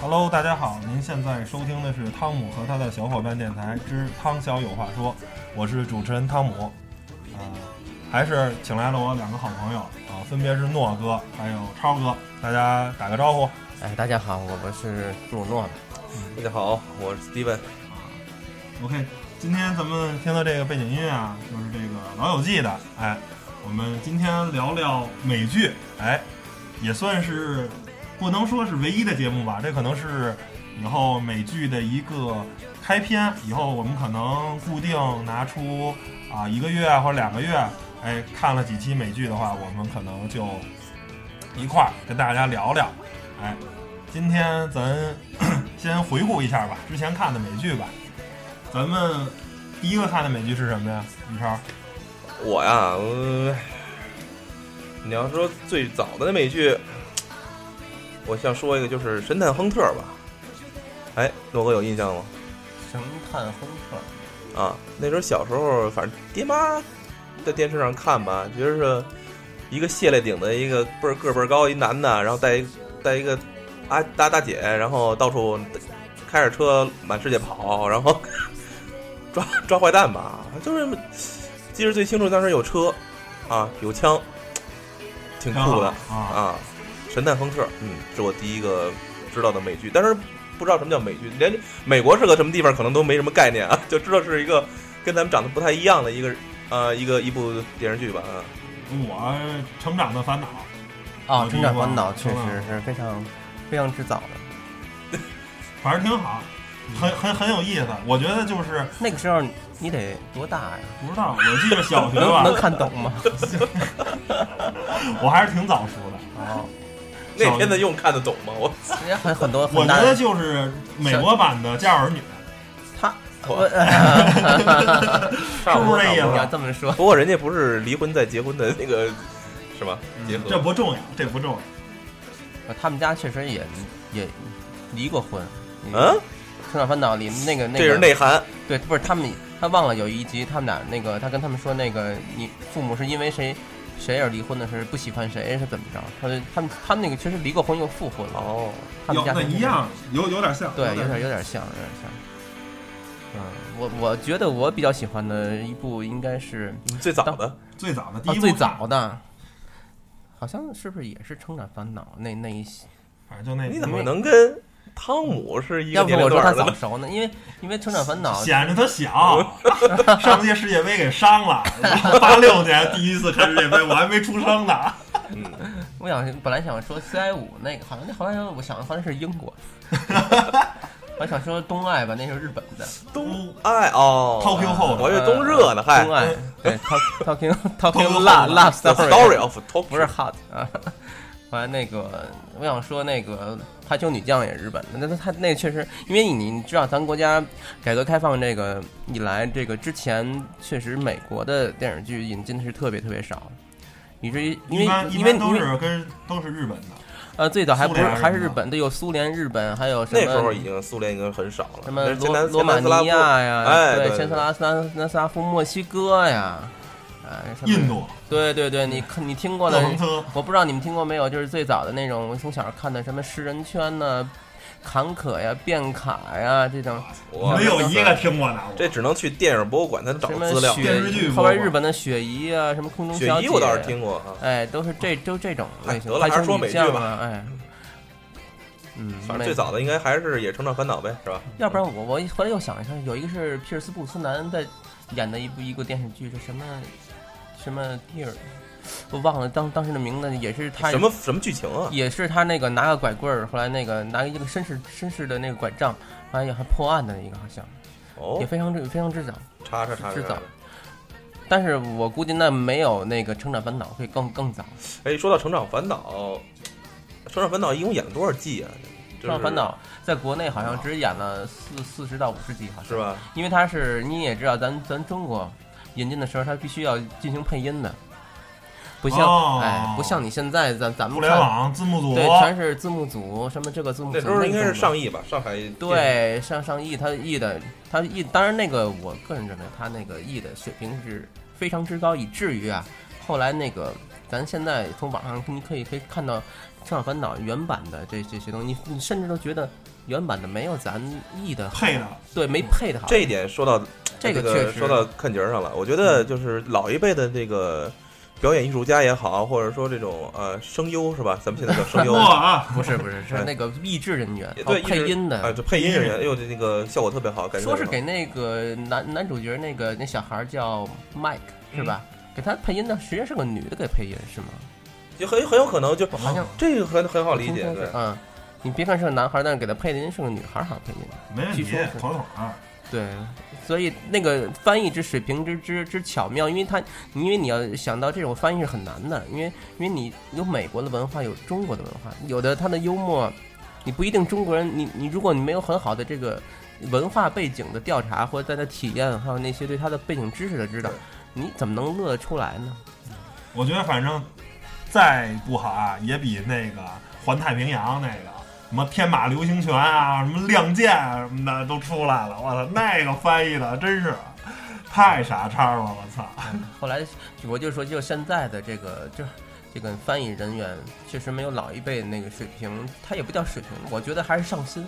Hello，大家好，您现在收听的是汤姆和他的小伙伴电台之《汤小有话说》，我是主持人汤姆，啊、还是请来了我两个好朋友啊、分别是诺哥还有超哥，大家打个招呼。哎，大家好，我们是朱诺的。大家好，我是 Steven。 OK，今天咱们听的这个背景音乐啊，就是这个《老友记》的。哎，我们今天聊聊美剧，哎，也算是不能说是唯一的节目吧，这可能是以后美剧的一个开篇。以后我们可能固定拿出啊一个月啊或者两个月，哎，看了几期美剧的话，我们可能就一块儿跟大家聊聊。哎，今天咱 先回顾一下吧，之前看的美剧吧。咱们第一个看的美剧是什么呀？宇超，我呀，呃你要说最早的那美剧，我想说一个就是《神探亨特》吧。哎，诺哥有印象吗？神探亨特，啊，那时候小时候，反正爹妈在电视上看吧，觉得是一个蟹类顶的一个倍儿个儿倍儿高一男的，然后带一带一个啊大大姐，然后到处开着车满世界跑，然后 抓抓坏蛋吧，就是记得最清楚，当时有车啊，有枪，挺挺好酷的啊！啊，《神探亨特》嗯，是我第一个知道的美剧，但是不知道什么叫美剧，连美国是个什么地方可能都没什么概念啊，就知道是一个跟咱们长得不太一样的一个呃一个一部电视剧吧啊。我成长的烦恼，啊，有成地长方烦恼是确吧实是非常非常之早的。反正挺好，很嗯很很有意思。我觉得就是那个时候你得多大呀？不知道，我记得小学能 能吧，看懂吗？我还是挺早熟的。哦，那片子用看得懂吗？我人家很很多我很觉大得的就是美国版的《家有儿女》，他，我我 差不不多是这意思差不多。你要这么说，不过人家不是离婚再结婚的那个是吧？结嗯这合不重要，这不重要。他们家确实也也离过婚。嗯，， 《成长烦恼》里那个那这个是内涵。对，不是他们，他忘了有一集他们俩那个，他跟他们说那个，你父母是因为谁谁而离婚的，是不喜欢谁是怎么着？他就他们他们那个确实离过婚又复婚了，哦，他们有家那庭一是这样，有有点像，对，有有点有点像，有点像。嗯，我我觉得我比较喜欢的一部应该是最早的最早的第啊一部最，早的，好像是不是也是《成长烦恼》那那一系？反正就那你怎么能跟汤姆是一个要不年我龄说他段的早熟呢？呢？因为因为《成长烦 恼》显着他 小，上届世界杯给伤了，八六年第一次看世界杯，我还没出生呢。嗯，我想本来想说 CI 五那个，好像那后来我想好像是英国， 我想说东爱吧，那是日本的呃东爱哦 Tokyo 后我以为东热呢，嗨东 爱对 talk- talking talking Tokyo love Hot love ，The Story story of Tokyo 不是 hot 啊。完了那个，我想说那个排球女将也是日本的，那他那确实，因为你你知道咱国家改革开放这个以来，这个之前确实美国的电视剧引进的是特别特别少，以至于因为一般一因为般都因为是跟都是日本的，呃，最早还苏不是联还是还是什么日本，对，有苏联、日本，还有什那么时候已经苏联已经很少了，什么那是前罗南罗马前南斯拉尼夫亚呀，哎，对，前斯拉斯拉南斯拉夫、墨西哥呀，哎，什么印，度对对对，你看你听过特的，蒙特我不知道你们听过没有，就是最早的那种，我从小看的什么诗人圈呢、坎坷呀、变卡呀这种，对哇没有一个那是听过的。我这只能去电影博物馆才能找什么资料。电视剧雪播后边过日本的雪姨啊，什么空中雪小姐，姨我倒是，听过啊，哎，都是这都这种类型，哎得了还是排球说女美剧将吧啊，哎，嗯，反正美最早的应该还是也《成长烦恼》呗，是吧？要不然我我后来又想一下，有一个是皮尔斯布苏南在演的一部一个电视剧，是什么什么地儿，我忘了当当时的名字，也是他什么什么剧情啊？也是他那个拿个拐棍儿，后来那个拿一个绅士绅士的那个拐杖，还有还破案的一个好像，哦也，非常之非常之早。查查查查是查早。但是我估计那没有那个《成长烦恼》会更更早，哎，说到《成长烦恼》，《成长烦恼》一共演了多少季啊？ 《就是成长烦恼》在国内好像只演了四四十到五十集，好像是？吧？因为它是你也知道，咱咱中国引进的时候，它必须要进行配音的，不像、哦哎，不像你现在咱咱们互看联网字幕组对，全是字幕组，什么这个字幕组那时候应该哦那个字幕是组上亿吧，上海对上上亿，他译的他译，当然那个我个人认为他那个译的水平是非常之高，以至于啊，后来那个咱现在从网上你可以可以看到《青少烦恼》原版的这这些东西，你你甚至都觉得原版的没有咱译的好配的，对，没配的好。这一点说到这个个确实嗯说到看节儿上了，我觉得就是老一辈的这个表演艺术家也好，或者说这种呃声优是吧？咱们现在叫声 优。哇啊！ 不是不是是哎那个译制人员，对哦配音啊，的，就配音人员，哎呦，这那个效果特别好，感觉说是特给别好那个男男主角那个那小孩儿叫 Mike 是吧？给他配音的实际上是个女的给配音是吗？就很很有可能就我好像这个很很好理听解，说是对，嗯，你别看是个男孩儿，但是给他配的音是个女孩儿，好像配音。没问题据说是，妥妥啊！对，所以那个翻译之水平之之之巧妙，因为它，因为你要想到这种翻译是很难的，因为因为你有美国的文化，有中国的文化，有的他的幽默，你不一定中国人，你你如果你没有很好的这个文化背景的调查或者他的体验，还有那些对他的背景知识的指导对，你怎么能乐得出来呢？我觉得反正再不好啊，也比那个环太平洋那个什么天马流星拳啊、什么亮剑啊什么的都出来了。我操，那个翻译的真是太傻叉了！我操，后来我就说，就现在的这个这这个翻译人员，确实没有老一辈那个水平，他也不叫水平，我觉得还是上心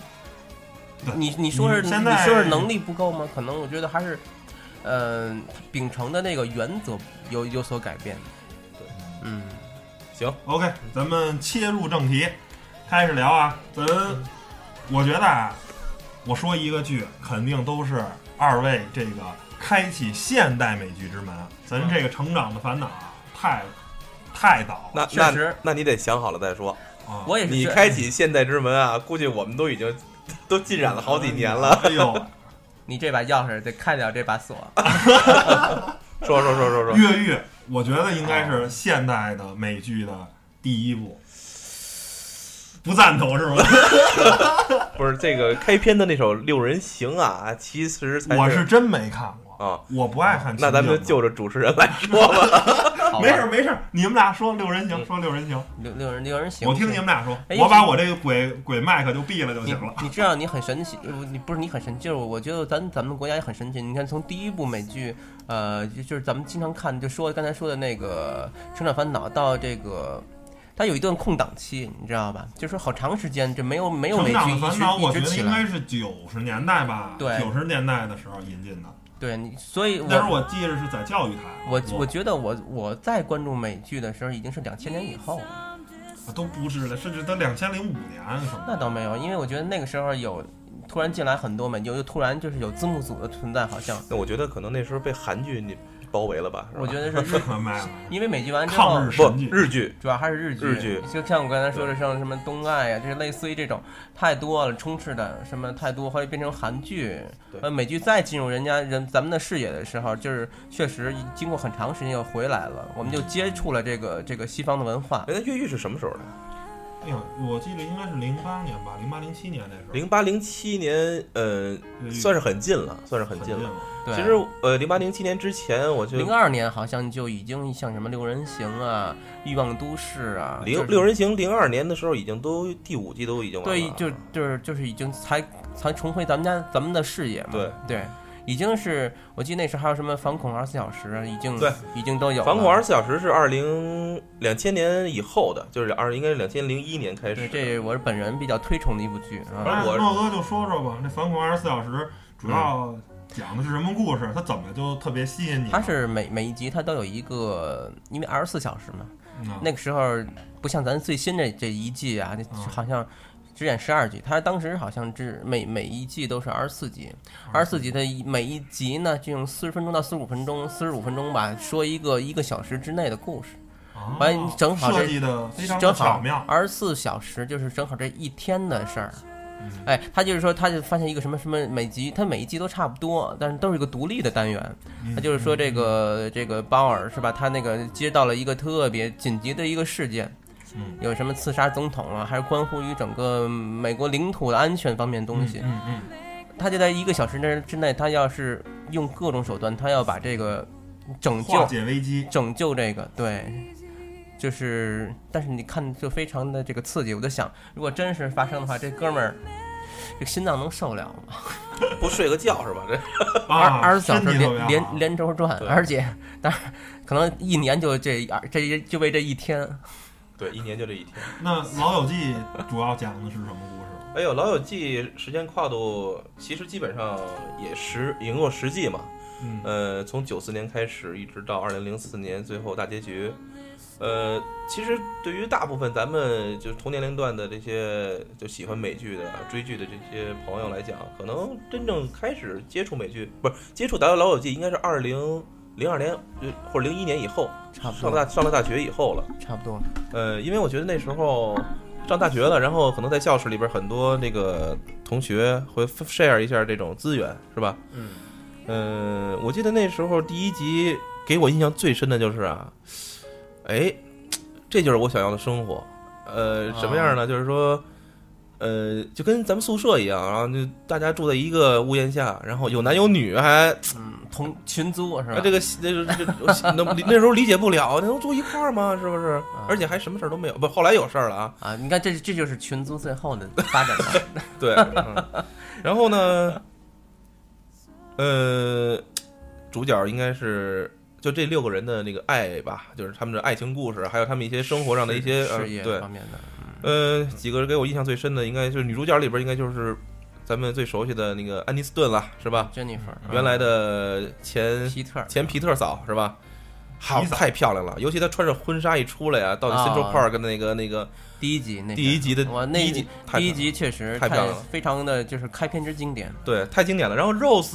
对。你你说是你你现在说是能力不够吗？可能我觉得还是，呃，秉承的那个原则有有所改变。对，嗯，行， OK，咱们切入正题，开始聊啊。咱我觉得啊，我说一个剧，肯定都是二位这个开启现代美剧之门。咱这个《成长的烦恼》啊，太太早了那确那实那你得想好了再说。啊！我也是你这开启现代之门啊，估计我们都已经 都浸染了好嗯几年了。哎 呦，你这把钥匙得开掉这把 锁。说说说说说，越狱，我觉得应该是现代的美剧的第一部。不赞同 是吗？不是这个开篇的那首《六人行》啊，其实才我是真没看过，啊，我不爱看情景的。那咱们就就着主持人来说吧。好吧没事儿没事儿，你们俩说六人行，嗯说六人行。六六人六人行。我听你们俩说，哎我把我这个鬼鬼麦克就闭了就你行了。你知道你很神奇，呃你不是你很神奇，就是我觉得咱咱们国家也很神奇。你看，从第一部美剧，呃，就就是咱们经常看，就说刚才说的那个《成长烦恼》，到这个，它有一段空档期，你知道吧？就是说好长时间，这没有没有成美长的剧一烦直恼，我一觉直得起应该来。是九十年代吧，对九十年代的时候引进的。对你，所以那时候我我记着是在教育台，我我我觉得我我在关注美剧的时候，已经是两千年以后了。我都不是了，甚至都两千零五年什么的。那倒没有，因为我觉得那个时候有突然进来很多美剧，又突然就是有字幕组的存在，好像那我觉得可能那时候被韩剧你包围了吧？是吧我觉得 是日，麦克，因为美剧完之后抗。日神不剧，日剧，主要还是日剧，日剧就像我刚才说的，像什么东爱呀、这类似于这种太多了，充斥的什么太多，后来变成韩剧对，呃，美剧再进入人家人咱们的视野的时候，就是确实经过很长时间又回来了，我们就接触了这个这个西方的文化哎，。那越狱是什么时候的？哎呀，我记得应该是零八年吧，零八零七年那时候，零八零七年，呃，越狱算是很近了，算是很很近近了。了。对，其实，呃，零八零七年之前，我觉零得二年好像就已经像什么《六人行》啊，《欲望都市》啊，就零是六人行零二年的时候已经都第五季都已经完对了，，啊就就是就是已经才才重回咱们家咱们的视野嘛。对对，已经是我记得那时候还有什么反恐二十四小时，已经对已经都有了反恐二十四小时是二零两千年以后的，就是二应该是两千零一年开对，始的。这我是本人比较推崇的一部剧啊。那我诺哥就说说吧，这《反恐二十四小时》主要讲的是什么故事？它怎么就特别吸引你？它嗯是每每一集它都有一个，因为二十四小时嘛，嗯那个时候不像咱最新这这一季啊，这嗯好像只演十二集，它当时好像只每每一季都是二十四集，二十四集的一每一集呢就用四十分钟到四十五分钟，四十五分钟吧，说一个一个小时之内的故事。哦完了正好这设计的非常的正巧好妙，二十四小时就是正好这一天的事儿。嗯哎，他就是说，他就发现一个什么什么每集，他每一集都差不多，但是都是一个独立的单元。嗯他就是说，这个这个鲍尔是吧？他那个接到了一个特别紧急的一个事件，嗯有什么刺杀总统啊，还是关乎于整个美国领土的安全方面的东西。嗯嗯他就在一个小时之之内，他要是用各种手段，他要把这个嗯，拯救化解危机，拯救这个，对，就是，但是你看就非常的这个刺激，我就想，如果真是发生的话，这哥们儿这个心脏能受了吗？不睡个觉是吧？这二啊二十四小身时体特别连好连连轴转，对而且但是可能一年就这一这一就为这一天，对，一年就这一天。那《老友记》主要讲的是什么故事？哎呦，《老友记》时间跨度其实基本上也十也经过十季嘛，嗯，呃，从九四年开始一直到二零零四年最后大结局。呃，其实对于大部分咱们就是同年龄段的这些就喜欢美剧的、啊追剧的这些朋友来讲，可能真正开始接触美剧，不是接触《老友记》，应该是二零零二年呃或者零一年以后，差不上了多大上了大学以后了。差不多。呃，因为我觉得那时候上大学了，然后可能在教室里边很多那个同学会 share 一下这种资源，是吧？嗯，呃，我记得那时候第一集给我印象最深的就是啊，哎，这就是我想要的生活。呃，什么样呢？就是说，呃，就跟咱们宿舍一样，然后就大家住在一个屋檐下，然后有男有女，还嗯，同群租是吧？啊，这个那个这个我那那时候理解不了，那能住一块儿吗？是不是啊？而且还什么事儿都没有，不，后来有事儿了啊。啊，你看这这就是群租最后的发展了。 对，嗯、然后呢，呃，主角应该是就这六个人的那个爱吧，就是他们的爱情故事，还有他们一些 生活上的一些呃事业对，方面的，嗯呃，几个给我印象最深的，应该就是女主角里边应该就是咱们最熟悉的那个安妮斯顿了，是吧？ ，Jennifer 原来的前嗯皮特前皮特嫂是吧？好，皮嫂太漂亮了，尤其她穿着婚纱一出来啊，到那 Central 啊 Park 的那个、那个第一集那个第一集的我那第一集集，太第一漂亮集确实太漂亮了非常的就是开篇之经典，对，太经典了。然后 Rose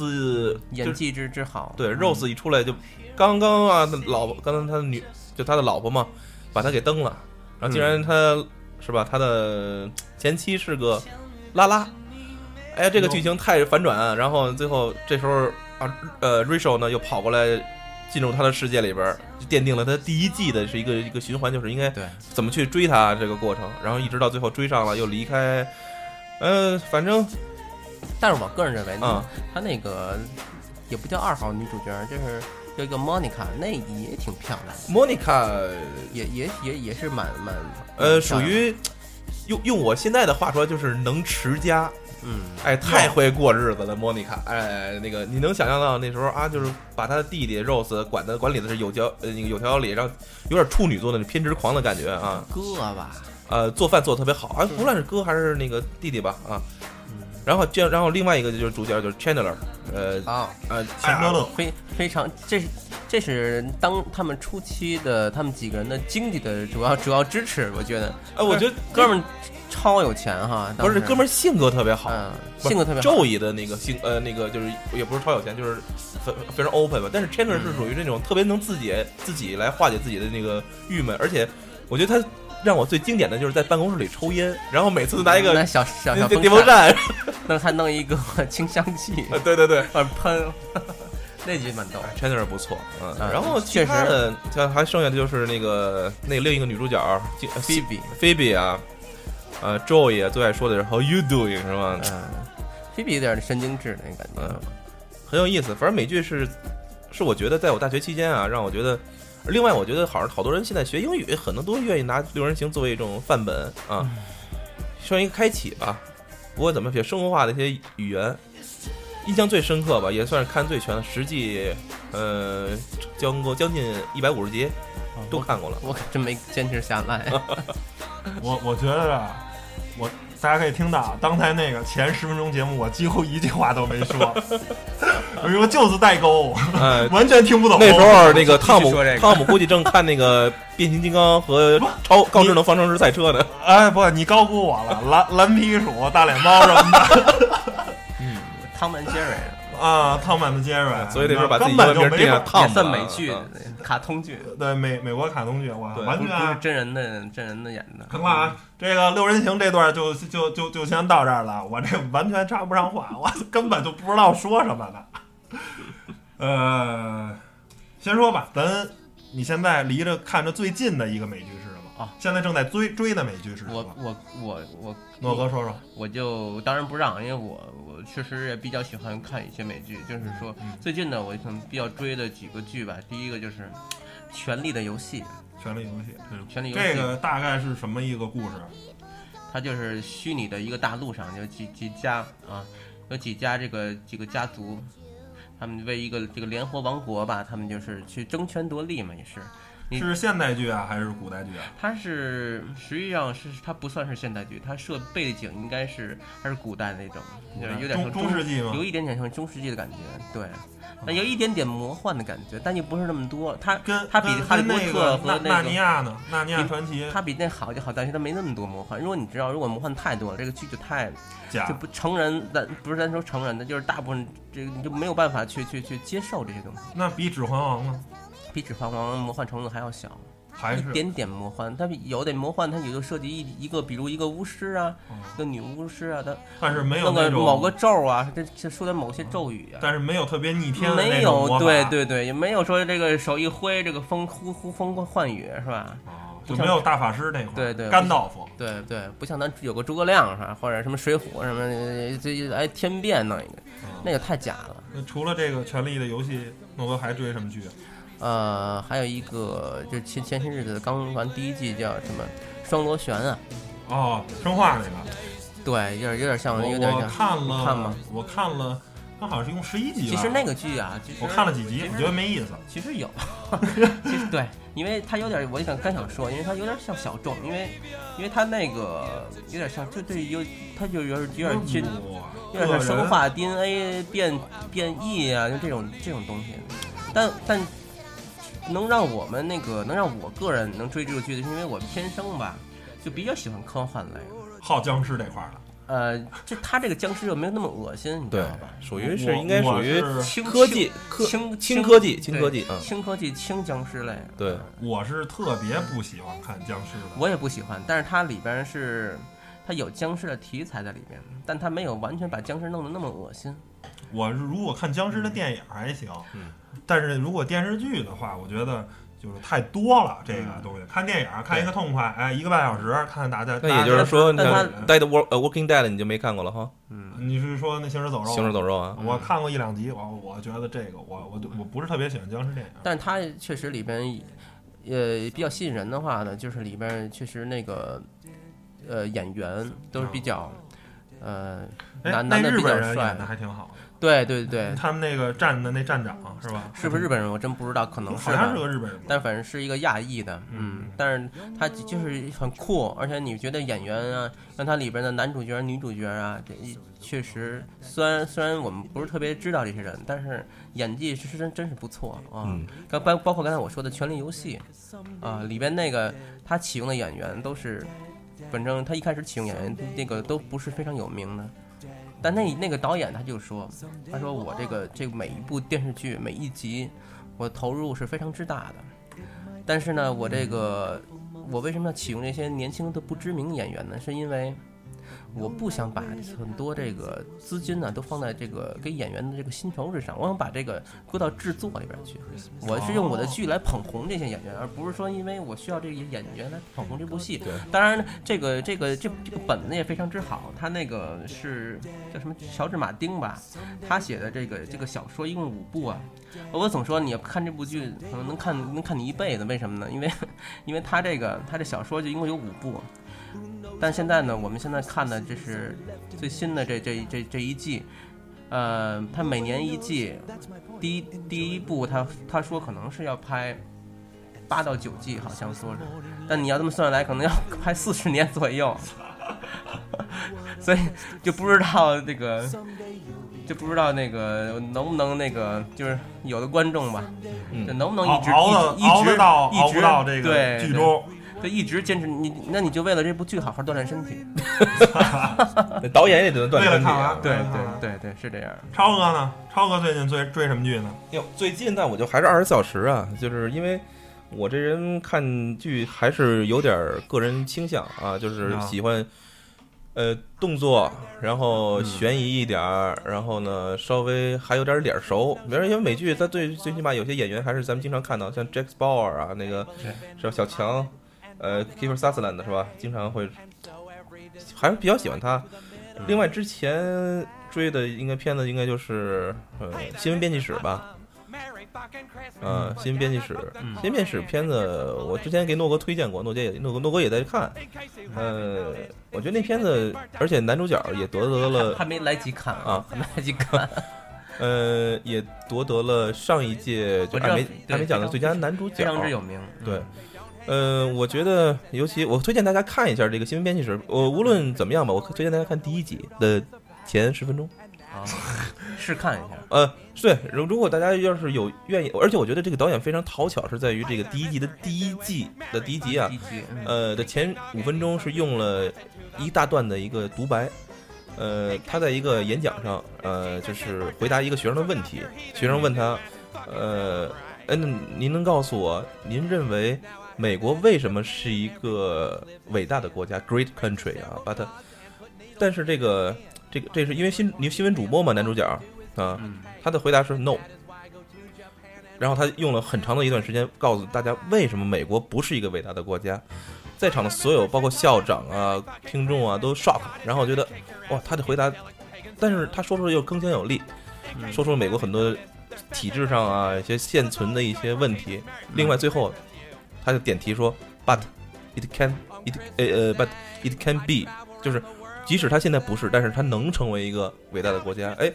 就演技之之好。对嗯，Rose 一出来就刚刚啊，他老婆刚刚他的女就他的老婆嘛，把他给蹬了，然后竟然他、是吧，他的前妻是个拉拉，哎呀，这个剧情太反转啊，然后最后这时候啊，呃，Rachel 呢又跑过来进入他的世界里边儿，就奠定了他第一季的是一个一个循环，就是应该对，怎么去追他这个过程，然后一直到最后追上了又离开，呃，反正但是我个人认为，啊，她那个也不叫二号女主角，就是叫一个 Monica，那也挺漂亮的，莫妮卡。也也也也是蛮蛮呃，蛮属漂亮的于用用我现在的话说，就是能持家，嗯哎，太会过日子了，莫妮卡，哎，那个你能想象到那时候啊，就是把他的弟弟 Rose 管的管理的是有条呃那个有条有理，然后有点处女座的那偏执狂的感觉啊，哥吧，呃，做饭做的特别好，啊，无论是哥还是那个弟弟吧啊，嗯然后这然后另外一个就是主角就是 Chandler，呃啊，呃，钱德勒非非常这是。这是当他们初期的他们几个人的经济的主要主要支持，我觉得哎，我觉得哥们儿超有钱哈，不是当时哥们儿性格特别好，嗯，性格特别好。 Joey 的那个性呃那个就是也不是超有钱，就是非非常 open 吧。但是 Chandler 是属于那种特别能自己自己来化解自己的那个郁闷，而且我觉得他让我最经典的就是在办公室里抽烟，然后每次拿一个嗯那小小小电风电风扇，扇，那还弄一个 清香剂，呃 对对对往上喷， 那集蛮逗。 ，Chandler 不错，嗯。嗯然后其他的像还剩下的就是那个那另一个女主角菲 Phoebe 比， Phoebe 啊，呃 Joey 啊最爱说的是 How you doing 是吗？嗯，菲比有点神经质那感觉嗯。很有意思。反正美剧是，是我觉得在我大学期间啊，让我觉得。另外，我觉得好像好多人现在学英语，很多都愿意拿《六人行》作为一种范本啊，嗯算一个开启吧。不过怎么写生活化的一些语言，印象最深刻吧，也算是看最全了。实际，呃，将过将近一百五十集都看过了。我可真没坚持下来。我我觉得啊，我大家可以听到啊刚才那个前十分钟节目，我几乎一句话都没说，我说就是代沟，呃，完全听不懂。那时候那个继续汤姆说这个汤姆估计正看那个《变形金刚》和超高智能方程式赛车呢。哎，不，你高估我了，蓝蓝皮鼠、大脸猫什么的汤姆杰瑞 啊，汤姆的杰瑞，所以那时候把自根己本英文就名定没下法汤姆也算啊美剧啊，卡通剧，对美美国卡通剧，哇，对完不全是嗯不是真人的真人的演的。成了啊！这个六人行这段就就就就先到这儿了，我 这完全插不上话， 我根本就不知道说什么呢。 呃，先说吧，咱你现在离着看着最近的一个美剧是什么？啊，现在正在追追的美剧是什我么？我我我诺哥说说，我就当仁不让，因为我我确实也比较喜欢看一些美剧，就是说嗯最近呢，我可能比较追的几个剧吧，第一个就是《权力的游戏《权力游戏》。嗯嗯，《权力游戏》这个大概是什么一个故事？它就是虚拟的一个大陆上有几几家啊，有几家这个几个家族，他们为一个这个联合王国吧，他们就是去争权夺利嘛，也是。你是现代剧啊还是古代剧啊？它是实际上是它不算是现代剧，它设背景应该是它是古代那种，就是有点像中中世纪吗哦有一点点像中世纪的感觉，对，那有一点点魔幻的感觉，但又不是那么多。它跟它比跟哈利跟波那特个和纳那纳个尼亚呢？纳尼亚比传奇它比那好就好，但是它没那么多魔幻。如果你知道，如果魔幻太多了，这个剧就太假就不成人，咱不是咱说成人的，就是大部分这个你就没有办法去去去接受这些东西，那比《指环王》呢？比《指环王》魔幻程度还要小，还一是点点魔幻。它有的魔幻，它也就涉及一一个，比如一个巫师啊，嗯一个女巫师啊，它但是没有弄个那种某个咒啊，这这说点某些咒语啊。但是没有特别逆天的那种没有魔，法对，对对，也没有说这个手一挥，这个风呼呼风唤雨是吧？哦就没有大法师那块儿，对对甘道夫，啊对对，不像咱有个诸葛亮是吧，或者什么水浒什么的，这这哎天变弄一个，那嗯个太假了。那除了这个《权力的游戏》，诺哥还追什么剧啊？呃，还有一个就是前前些日子刚完第一季叫什么《双螺旋》啊，哦，生化那个，对，有点有点像，我有点我像。看你看吗了，哎我看了，它好像是一共十一集吧。其实那个剧啊，其实我看了几集，我觉得没意思。其 实有，其实对，因为它有点，我想刚想说，因为它有点像小众，因为因为它那个有点像，就对有它就有点有嗯点军，有我点个像人生化 DNA 变变异啊，就这种这种东西。但但能让我们那个能让我个人能追这个剧的，是因为我天生吧就比较喜欢科幻类。好僵尸这块儿的，呃，就他这个僵尸又没有那么恶心，你知对道吧？，属于是我应该我属于是轻科技科轻轻科技轻对科技啊，轻科技轻僵尸类。对，我是特别不喜欢看僵尸的。我也不喜欢，但是它里边是它有僵尸的题材在里边，但它没有完全把僵尸弄得那么恶心。我是如果看僵尸的电影还行，嗯但是如果电视剧的话，我觉得就是太多了这个嗯东西。看电影看一个痛快，哎，一个半小时看大家。那也就是说，你但看它《Dead Walk》呃《Walking Dead》你就没看过了哈，嗯大家你是说那《行尸走肉》？ 《行尸走肉》啊，我看过一两集，我我觉得这个我我我不是特别喜欢僵尸电影。但是它确实里边，呃，比较吸引人的话呢，就是里边确实那个，呃，演员都是比较，呃，哎，男那男的日比本较人演的帅，还挺好的，对对对，他们那个站的那站长是吧？是不是日本人我真不知道，可能是好像吧是。个日本人吧。但反正是一个亚裔的，嗯，但是他就是很酷，而且你觉得演员啊，像他里边的男主角、女主角啊，这一确实，虽然虽然我们不是特别知道这些人，但是演技是真真是不错啊。嗯刚包包括刚才我说的《权力游戏》啊，里边那个他启用的演员都是，反正他一开始启用演员那个都不是非常有名的。但那那个导演他就说，他说我这个这每一部电视剧每一集，我投入是非常之大的。但是呢，我这个我为什么要启用这些年轻的不知名演员呢？是因为我不想把很多这个资金呢都放在这个给演员的这个薪酬之上，我想把这个搁到制作里边去。我是用我的剧来捧红这些演员，而不是说因为我需要这个演员来捧红这部戏。对当然，这个这个这这个本子也非常之好，他那个是叫什么乔治马丁吧，他写的这个这个小说一共五部啊。我总说你看这部剧可能能看能看你一辈子，为什么呢？因为 因为他这个他这小说就一共有五部，但现在呢，我们现在看的这是最新的这这这这一季，呃，他每年一季，第一第一部他他说可能是要拍八到九季，好像说是，但你要这么算来，可能要拍四十年左右， 所以就不知道这个。就不知道那个能不能那个，就是有的观众吧，嗯就能不能熬一直熬一的熬得直一直到一熬直不到这个对剧对中，就一直坚持你，那你就为了这部剧好好锻炼身体。那导演也得锻为炼了身体看啊完。对啊对对对，是这样。超哥呢？超哥最近追追什么剧呢？哟，最近呢，我就还是二十四小时啊，就是因为我这人看剧还是有点儿个人倾向啊，就是啊喜欢呃动作，然后嗯悬疑一点儿，然后呢稍微还有点儿脸熟。没事，因为美剧它最最起码有些演员还是咱们经常看到，像 Jack Bauer 啊，那个对是吧，小强，呃 Kiefer Sutherland 是吧，经常会还是比较喜欢他。另外之前追的应该片子应该就是呃新闻编辑室吧。呃，新编辑室，嗯新编辑室片子，我之前给诺哥推荐过，诺姐也诺哥诺哥也在看。呃，我觉得那片子，而且男主角也夺得了，还没来及看啊，还没 来及看，呃，也夺得了上一届就我知艾道美对艾美奖的非常最佳男主非角。常之有名。嗯对，呃，我觉得，尤其我推荐大家看一下这个新闻编辑室。我无论怎么样吧，我推荐大家看第一集的前十分钟。啊，试看一下。呃，对，如如果大家要是有愿意，而且我觉得这个导演非常讨巧，是在于这个第一集的第一季的第一集啊第，一集，嗯呃的前五分钟是用了一大段的一个独白，呃，他在一个演讲上，呃，就是回答一个学生的问题，学生问他，呃，嗯，那您能告诉我，您认为美国为什么是一个伟大的国家，great country 啊？把它，但是这个这个这是因为新你新闻主播嘛，男主角啊，嗯，他的回答是 no。然后他用了很长的一段时间告诉大家为什么美国不是一个伟大的国家，在场的所有包括校长啊、听众啊都 shock，然后觉得哇，他的回答，但是他说出来又铿锵有力，嗯说出了美国很多体制上啊一些现存的一些问题。另外最后，他就点题说，but it can it 呃呃 but it can be，就是即使他现在不是，但是他能成为一个伟大的国家。哎，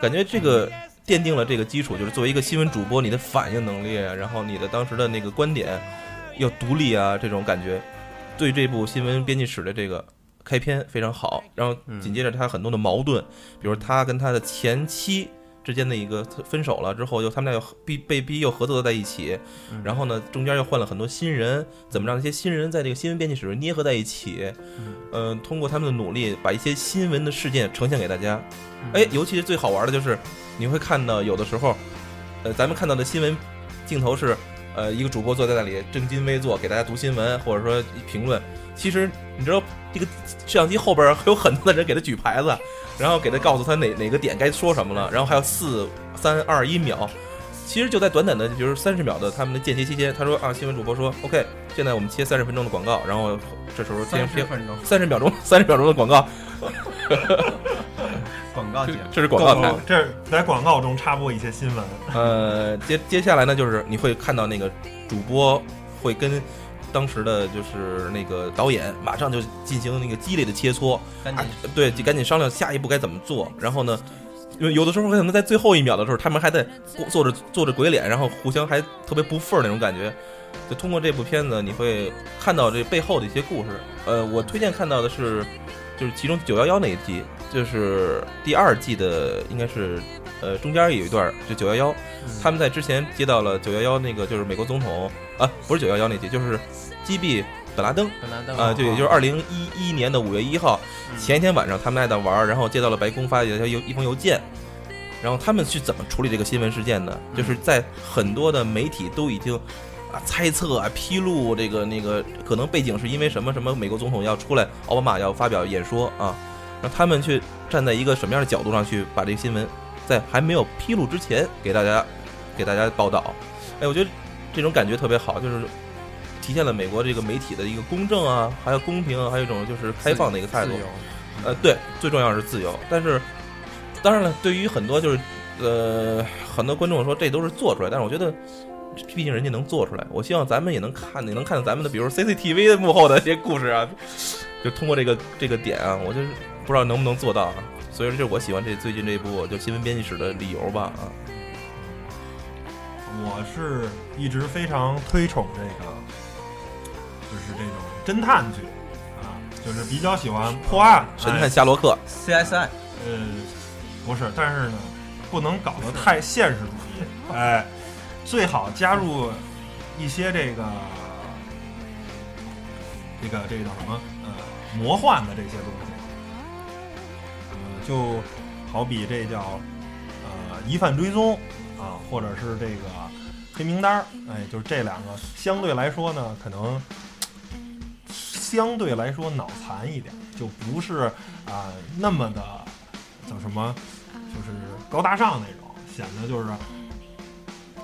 感觉这个奠定了这个基础，就是作为一个新闻主播，你的反应能力啊，然后你的当时的那个观点要独立啊，这种感觉，对这部新闻编辑室的这个开篇非常好。然后嗯紧接着他很多的矛盾，比如他跟他的前妻之间的一个分手了之后，又他们俩又合逼被逼又合作在一起，嗯然后呢中间又换了很多新人，怎么让这些新人在这个新闻编辑室捏合在一起？嗯呃，通过他们的努力，把一些新闻的事件呈现给大家。嗯哎，尤其是最好玩的就是，你会看到有的时候，呃，咱们看到的新闻镜头是，呃，一个主播坐在那里正襟危坐，给大家读新闻或者说评论。其实你知道，这个摄像机后边有很多的人给他举牌子，然后给他告诉他哪哪个点该说什么了，然后还有四三二一秒。其实就在短短的，就是三十秒的他们的间歇期间，他说啊，新闻主播说，OK，现在我们切三十分钟的广告，然后这时候切三十切分钟三十秒钟 三十秒钟的广告，广告节目，这是广告台。这儿在广告中插播一些新闻，呃，接接下来呢，就是你会看到那个主播会跟当时的就是那个导演马上就进行那个激烈的切磋，赶啊紧，对，就赶紧商量下一步该怎么做。然后呢，有有的时候可能在最后一秒的时候，他们还在过做着做着鬼脸，然后互相还特别不忿儿那种感觉。就通过这部片子，你会看到这背后的一些故事。呃，我推荐看到的是，就是其中九幺幺那一集，就是第二季的，应该是呃中间有一段儿就九幺幺，嗯他们在之前接到了九幺幺那个就是美国总统啊，不是九幺幺那集，就是击毙本拉登本来的啊，对，也就是二零一一年的五月一号嗯前一天晚上，他们在那玩儿，然后接到了白宫发的邮一封邮件，然后他们去怎么处理这个新闻事件呢？嗯就是在很多的媒体都已经啊猜测啊披露这个那个可能背景是因为什么什么，美国总统要出来，奥巴马要发表演说啊，让他们去站在一个什么样的角度上去把这个新闻在还没有披露之前给大家给大家报道。哎，我觉得这种感觉特别好，就是体现了美国这个媒体的一个公正啊，还有公平啊，还有一种就是开放的一个态度自。由呃，对，最重要是自由。但是，当然了，对于很多就是呃很多观众说这都是做出来，但是我觉得。毕竟人家能做出来，我希望咱们也能看，也能看到咱们的，比如 CCTV 的幕后的这些故事啊，就通过这个这个点啊，我就是不知道能不能做到啊。所以说，就是我喜欢这最近这一部就新闻编辑室的理由吧啊。我是一直非常推崇这个，就是这种侦探剧啊，就是比较喜欢破案神哎探夏洛克，哦 CSI 呃，不是，但是呢，不能搞得太现实主义，哎，最好加入一些这个这个这个叫什么呃魔幻的这些东西，呃，就好比这叫呃疑犯追踪啊，或者是这个黑名单儿，哎，就是这两个相对来说呢，可能相对来说脑残一点，就不是啊、那么的叫什么，就是高大上那种，显得就是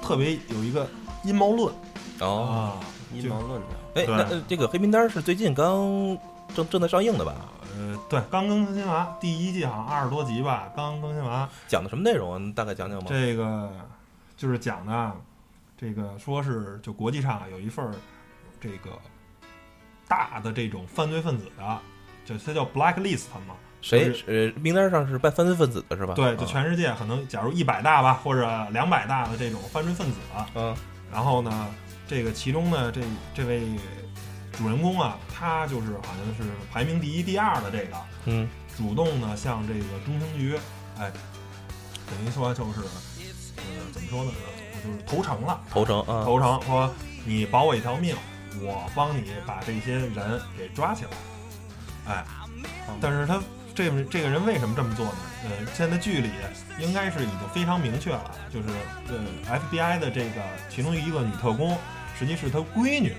特别有一个阴谋论哦，啊，阴就谋论的，哎，那呃这个黑名单是最近刚正正在上映的吧？呃，对，刚更新完第一季好像二十多集吧，刚更新完讲的什么内容啊？你大概讲讲吗？这个。就是讲的啊这个说是就国际上啊有一份儿这个大的这种犯罪分子的，就它叫 blacklist 嘛，谁呃名单上是办犯罪分子的是吧？对，就啊全世界可能假如一百大吧，或者两百大的这种犯罪分子啊，嗯然后呢，这个其中呢，这这位主人公啊，他就是好像是排名第一、第二的这个，嗯主动呢向这个中情局，哎，等于说就是，呃，怎么说呢，我就是投诚了，投诚啊，投诚说你保我一条命，我帮你把这些人给抓起来，哎，但是他这这个人为什么这么做呢？呃，现在剧里应该是已经非常明确了，就是呃 FBI 的这个其中一个女特工，实际是他闺女，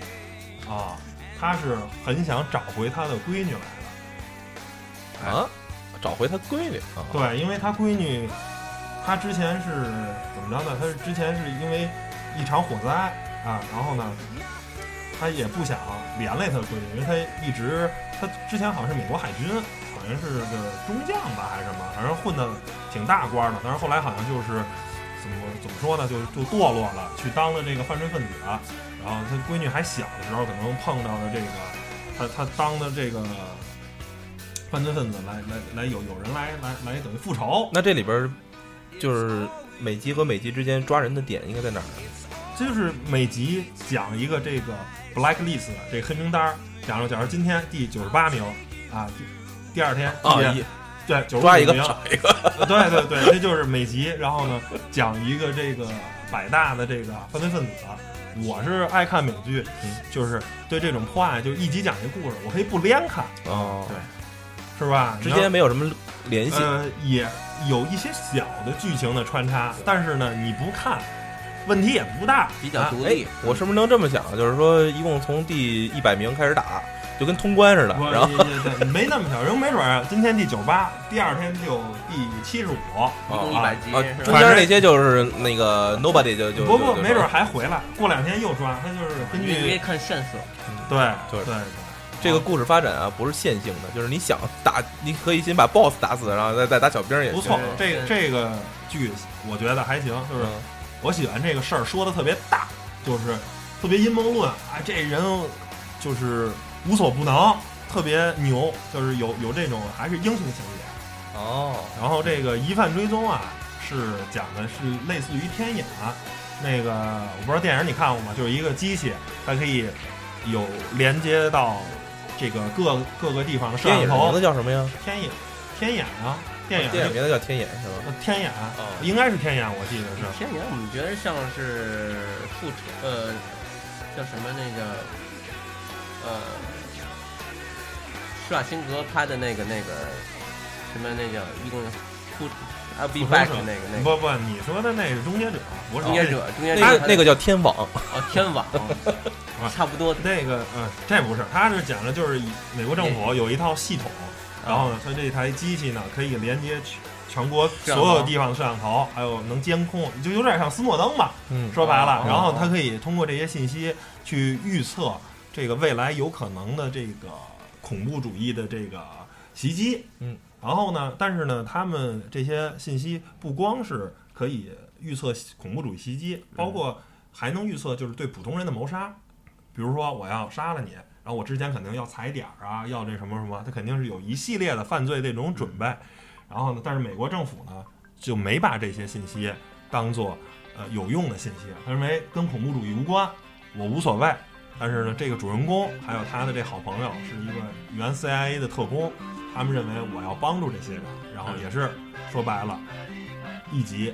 啊，他是很想找回他的闺女来的。哎啊，找回他闺女啊，对，因为她闺女，她之前是怎么着呢？她是之前是因为一场火灾啊，然后呢，她也不想连累她闺女，因为她一直她之前好像是美国海军，好像是个中将吧还是什么，反正混的挺大官的，但是后来好像就是怎么怎么说呢，就就堕落了，去当了这个犯罪分子啊。然后她闺女还小的时候，可能碰到了这个，她她当的这个犯罪分子来来来有有人来来来等于复仇，那这里边儿就是美籍和美籍之间抓人的点应该在哪儿呢？这就是每集讲一个这个 blacklist 这个黑名单儿，假如假如今天第九十八名啊，第第二天第啊一对九抓一个名，找一个， 对对对，这就是每集，然后呢讲一个这个百大的这个犯罪分子。我是爱看美剧，嗯就是对这种破案，就一集讲一故事，我可以不连看，哦对是吧？之你要间没有什么联系，呃，也有一些小的剧情的穿插，但是呢，你不看，问题也不大。比较啊独哎立。我是不是能这么想？啊就是说，一共从第一百名开始打，就跟通关似的。我然后也也对没那么巧，人没准儿啊今天第九八，第二天就第七十五，一共一百集啊，是中吧？间那些就是那个 nobody 就就不过就没准儿还回来，过两天又抓，他就是根你据你可以看线索，对对对对这个故事发展啊，不是线性的，就是你想打，你可以先把 boss 打死，然后再再打小兵也行不错，对这个这个剧我觉得还行，就是嗯我喜欢这个事儿说的特别大，就是特别阴谋论啊，这人就是无所不能，特别牛，就是有有这种还是英雄情节。哦，然后这个疑犯追踪啊，是讲的是类似于天眼、那个，我不知道电影你看过吗？就是一个机器，它可以有连接到这个各各个地方的摄电像影的名头字。叫什么呀？天眼，天眼啊，电影电就影名字叫天眼是吧？呃天眼哦，应该是天眼，我记得是。天眼我们觉得像是复仇，呃，叫什么那个，呃，施瓦辛格拍的那个那个什么那个一共复啊 I'll be 复仇 back 者那个那个不不，你说的那是终结者，我终结者，终结者那他个那个叫天网，哦天 网，差不多。那个，嗯，这不是，他是讲的就是以美国政府有一套系统，啊然后呢，它这台机器呢可以连接全全国像所有吗地方的摄像头，还有能监控，就有点像斯诺登吧，嗯，说白了哦，然后它可以通过这些信息去预测这个未来有可能的这个恐怖主义的这个袭击。嗯，然后呢，但是呢，他们这些信息不光是可以预测恐怖主义袭击，嗯包括还能预测就是对普通人的谋杀，比如说我要杀了你。然后我之前肯定要踩点儿啊，要这什么什么，它肯定是有一系列的犯罪这种准嗯备。然后呢，但是美国政府呢就没把这些信息当做呃有用的信息，他认为跟恐怖主义无关，我无所谓。但是呢，这个主人公还有他的这好朋友是一个原 CIA 的特工，他们认为我要帮助这些人，然后也是说白了，一集，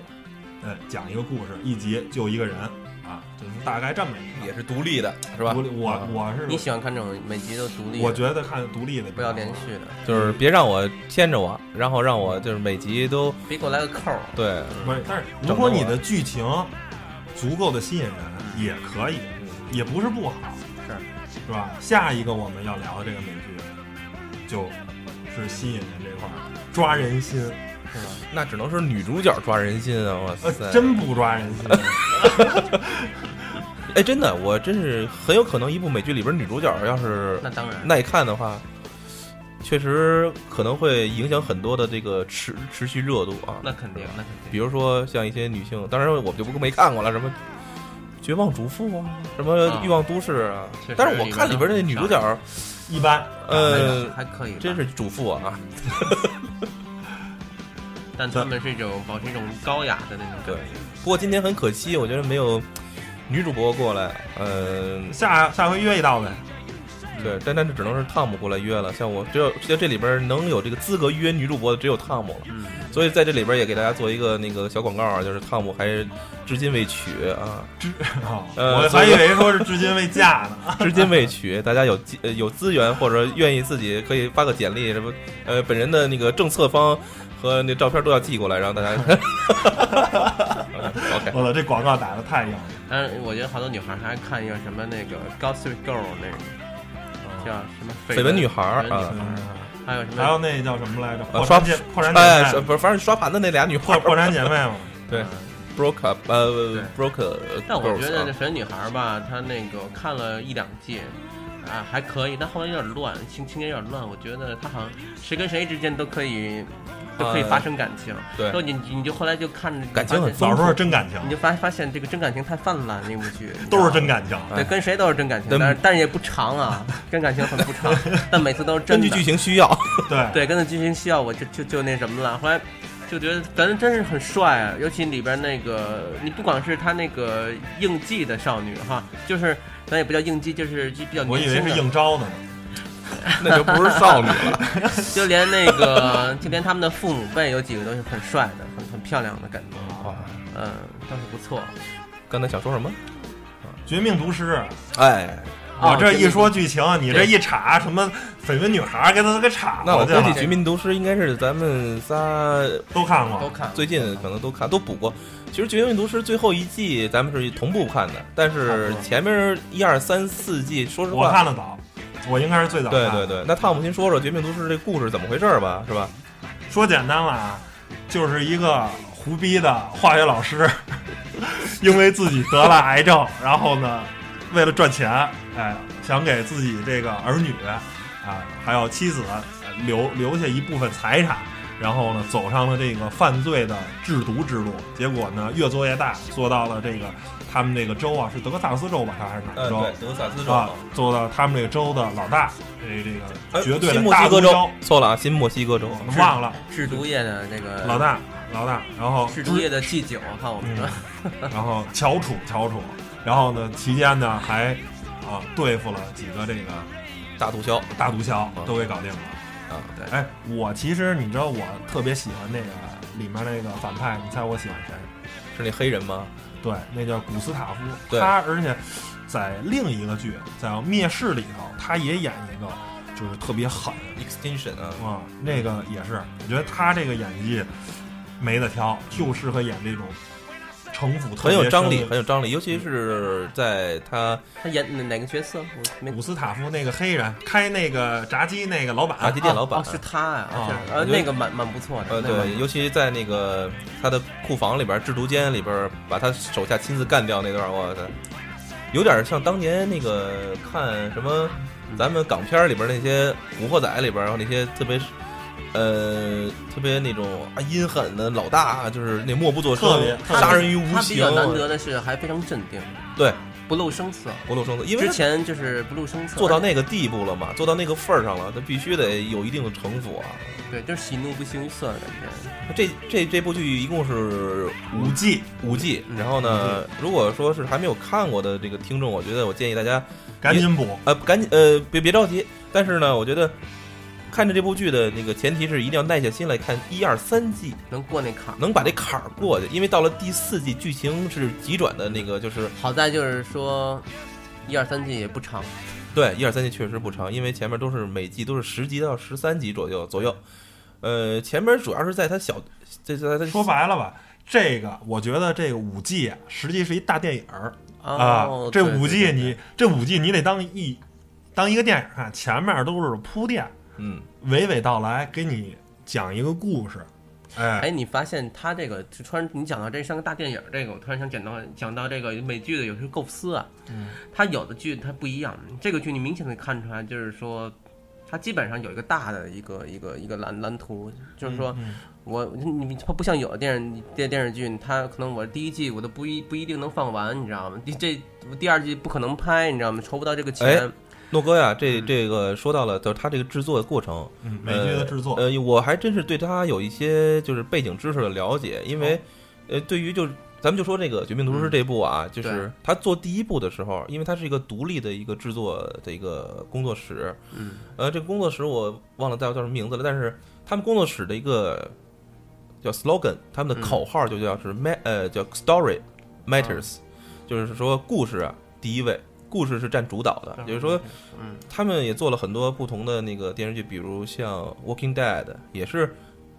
呃，讲一个故事，一集救一个人啊，就是大概这么一个。也是独立的，是吧独？立我我是你喜欢看这种每集都独立的，我觉得看独立的不要连续的，就是别让我牵着我，然后让我就是每集都别给我来个扣儿。对，不是，但是如果你的剧情足够的吸引人，也可以，也不是不好，是是吧？下一个我们要聊的这个美剧，就是吸引人这块儿，抓人心，是吧？那只能是女主角抓人心啊！哇呃塞，，真不抓人心，哎，真的，我真是很有可能一部美剧里边女主角要是那当然，耐看的话，确实可能会影响很多的这个持持续热度啊。那肯定，那肯定。比如说像一些女性，当然我们就不没看过了，什么《绝望主妇》啊，什么啊《欲望都市》啊确实，但是我看里边那女主角，一般，啊 呃，还可以吧，真是主妇啊，但他们是一种保持一种高雅的那种感觉。不过今天很可惜，我觉得没有女主播过来。嗯、下下回约一道呗。对，但但是只能是汤姆过来约了。像我只有在这里边能有这个资格约女主播的只有汤姆了。嗯，所以在这里边也给大家做一个那个小广告啊，就是汤姆还是至今未娶啊，哦 呃我还以为说是至今未嫁呢。至今未娶。大家有机呃有资源或者愿意自己可以发个简历什么，呃，本人的那个政策方和那照片都要寄过来，让大家。OK，我操，这广告打的太硬 了。但是我觉得好多女孩还看一个什么那个 Gossip Girl 那个叫哦什么绯闻女孩儿绯闻女啊嗯还有什还有么那叫什么来着？呃破刷产姐，破产哎，姐是妹，不是，反正刷盘的那俩女破孩，破产姐妹嘛。对。broke up，呃对，broke 啊 up。但我觉得这绯闻女孩啊吧，她那个我看了一两季。啊，还可以，但后来有点乱，情情节有点乱。我觉得她好像谁跟谁之间都可以，都可以发生感情。对然后你你就后来就看着感情很发老现时候真感情你，就发发现这个真感情太泛滥，那部剧都是真感 情。对，哎跟谁都是真感情，但但是但是也不长 啊，真感情很不长，但每次都是真根的。据剧情需要，对，对，跟着剧情需要，我就就就那什么了。后来就觉得，反正真是很帅啊，尤其里边那个，你不光是他那个应季的少女哈，就是咱也不叫应季，就是就比较我年以为轻是的，应招呢。那就不是少女了。 就连那个就连他们的父母辈有几个都是很帅的，很很漂亮的感觉，啊嗯，倒是不错。刚才想说什么？绝命毒师，哎，我这一说哦，剧情，你这一查什么绯闻女孩，给他给查那过我去估计《了，绝命毒师》应该是咱们仨都看这个都过。看了最近可能都看都补过。其实《绝命毒师》最后一季咱们是同步看的，但是前面一二三四季，说实我话，看的早，我应该是最早看对的。对对。那汤姆先说说《绝命毒师》这故事怎么回事儿吧，是吧？说简单了啊，就是一个胡逼的化学老师， 因为自己得了癌症，然后呢，为了赚钱，哎，想给自己这个儿女啊，还有妻子呃留留下一部分财产。然后呢，走上了这个犯罪的制毒之路，结果呢，越做越大，做到了这个他们这个州啊，是德克萨斯州吧，他还是哪个州、嗯呃德克萨斯啊？做到他们这个州的老大，这这个哎绝对新的墨大西毒哥枭州，，错了啊，新墨西哥州。我忘了制毒业的那个老，大老大，然后嗯制毒业的祭酒哈，我们嗯说。然后翘楚翘楚，然后呢，期间呢还啊对付了几个这个大毒枭大毒枭，都给搞定了。啊，对，哎，我其实你知道我特别喜欢那个里面那个反派，你猜我喜欢谁？是那黑人吗？对，那叫古斯塔夫。对他而且在另一个剧叫《灭世》里头，他也演一个就是特别狠 Extinction 啊，啊，那个也是，我觉得他这个演技没得挑，就适合演这种城府特很别有张深力，很有张力，尤其是在他他演哪哪个角色？我没古斯塔夫那个黑人开那个炸鸡那个老板，炸鸡店老板哦，哦是他啊，哦是我呃，觉得那个蛮蛮不错的，呃，那个蛮对，尤其在那个他的库房里边、制毒间里边，把他手下亲自干掉那段，我操，有点像当年那个看什么咱们港片里边那些《古惑仔》里边，然后那些特别。呃，特别那种啊阴狠的老大，就是那默不作声特别，特别杀人于无他比形较，难得的是还非常镇定，对，不露声色。不露声色，因为之他前就是不露声色，做到那个地步了嘛，做到那个份儿上了，他必须得有一定的城府啊。对，就是喜怒不形于色的感觉。这这这部剧一共是五五 G 五季，然后呢，如果说是还没有看过的这个听众，我觉得我建议大家，赶紧补，呃，赶紧呃，别别着急，但是呢，我觉得看着这部剧的那个前提是一定要耐下心来看一二三季，能过那坎儿。能把这坎儿过去，因为到了第四季，剧情是急转的那个，就是好在就是说，一二三季也不长，对，一二三季确实不长，因为前面都是每季都是十集到十三集左右左右。呃，前面主要是在它小，这在它说白了吧。这个我觉得这个五 G 啊，实际是一大电影儿啊、哦，这对五 G 对对你这五 G 你得当一当一个电影看，前面都是铺垫，嗯，娓娓道来，给你讲一个故事。哎，哎，你发现他这个就突然你讲到这像个大电影，这个我突然想讲到讲到这个美剧的有时候构思啊，嗯它有的剧它不一样，这个剧你明显的看出来，就是说它基本上有一个大的一个一个一个蓝蓝图，就是说嗯我你它不像有的电视电电视剧，它可能我第一季我都不一不一定能放完，你知道吗？第这第二季不可能拍，你知道吗？筹不到这个哎钱。诺哥呀，这嗯这个说到了，就是他这个制作的过程，嗯，美剧的制作，呃，呃我还真是对他有一些就是背景知识的了解，因哦为，呃，对于就是咱们就说这个《绝命毒师》嗯这部啊，就对是他做第一部的时候，因为它是一个独立的一个制作的一个工作室，嗯呃，这个工作室我忘了叫叫什么名字了，但是他们工作室的一个叫 slogan，他们嗯的口号就叫是 ma、呃叫 story matters，、就是说故事啊第一位，故事是占主导的，也就是说。嗯他们也做了很多不同的那个电视剧，比如像《Walking Dead》，也是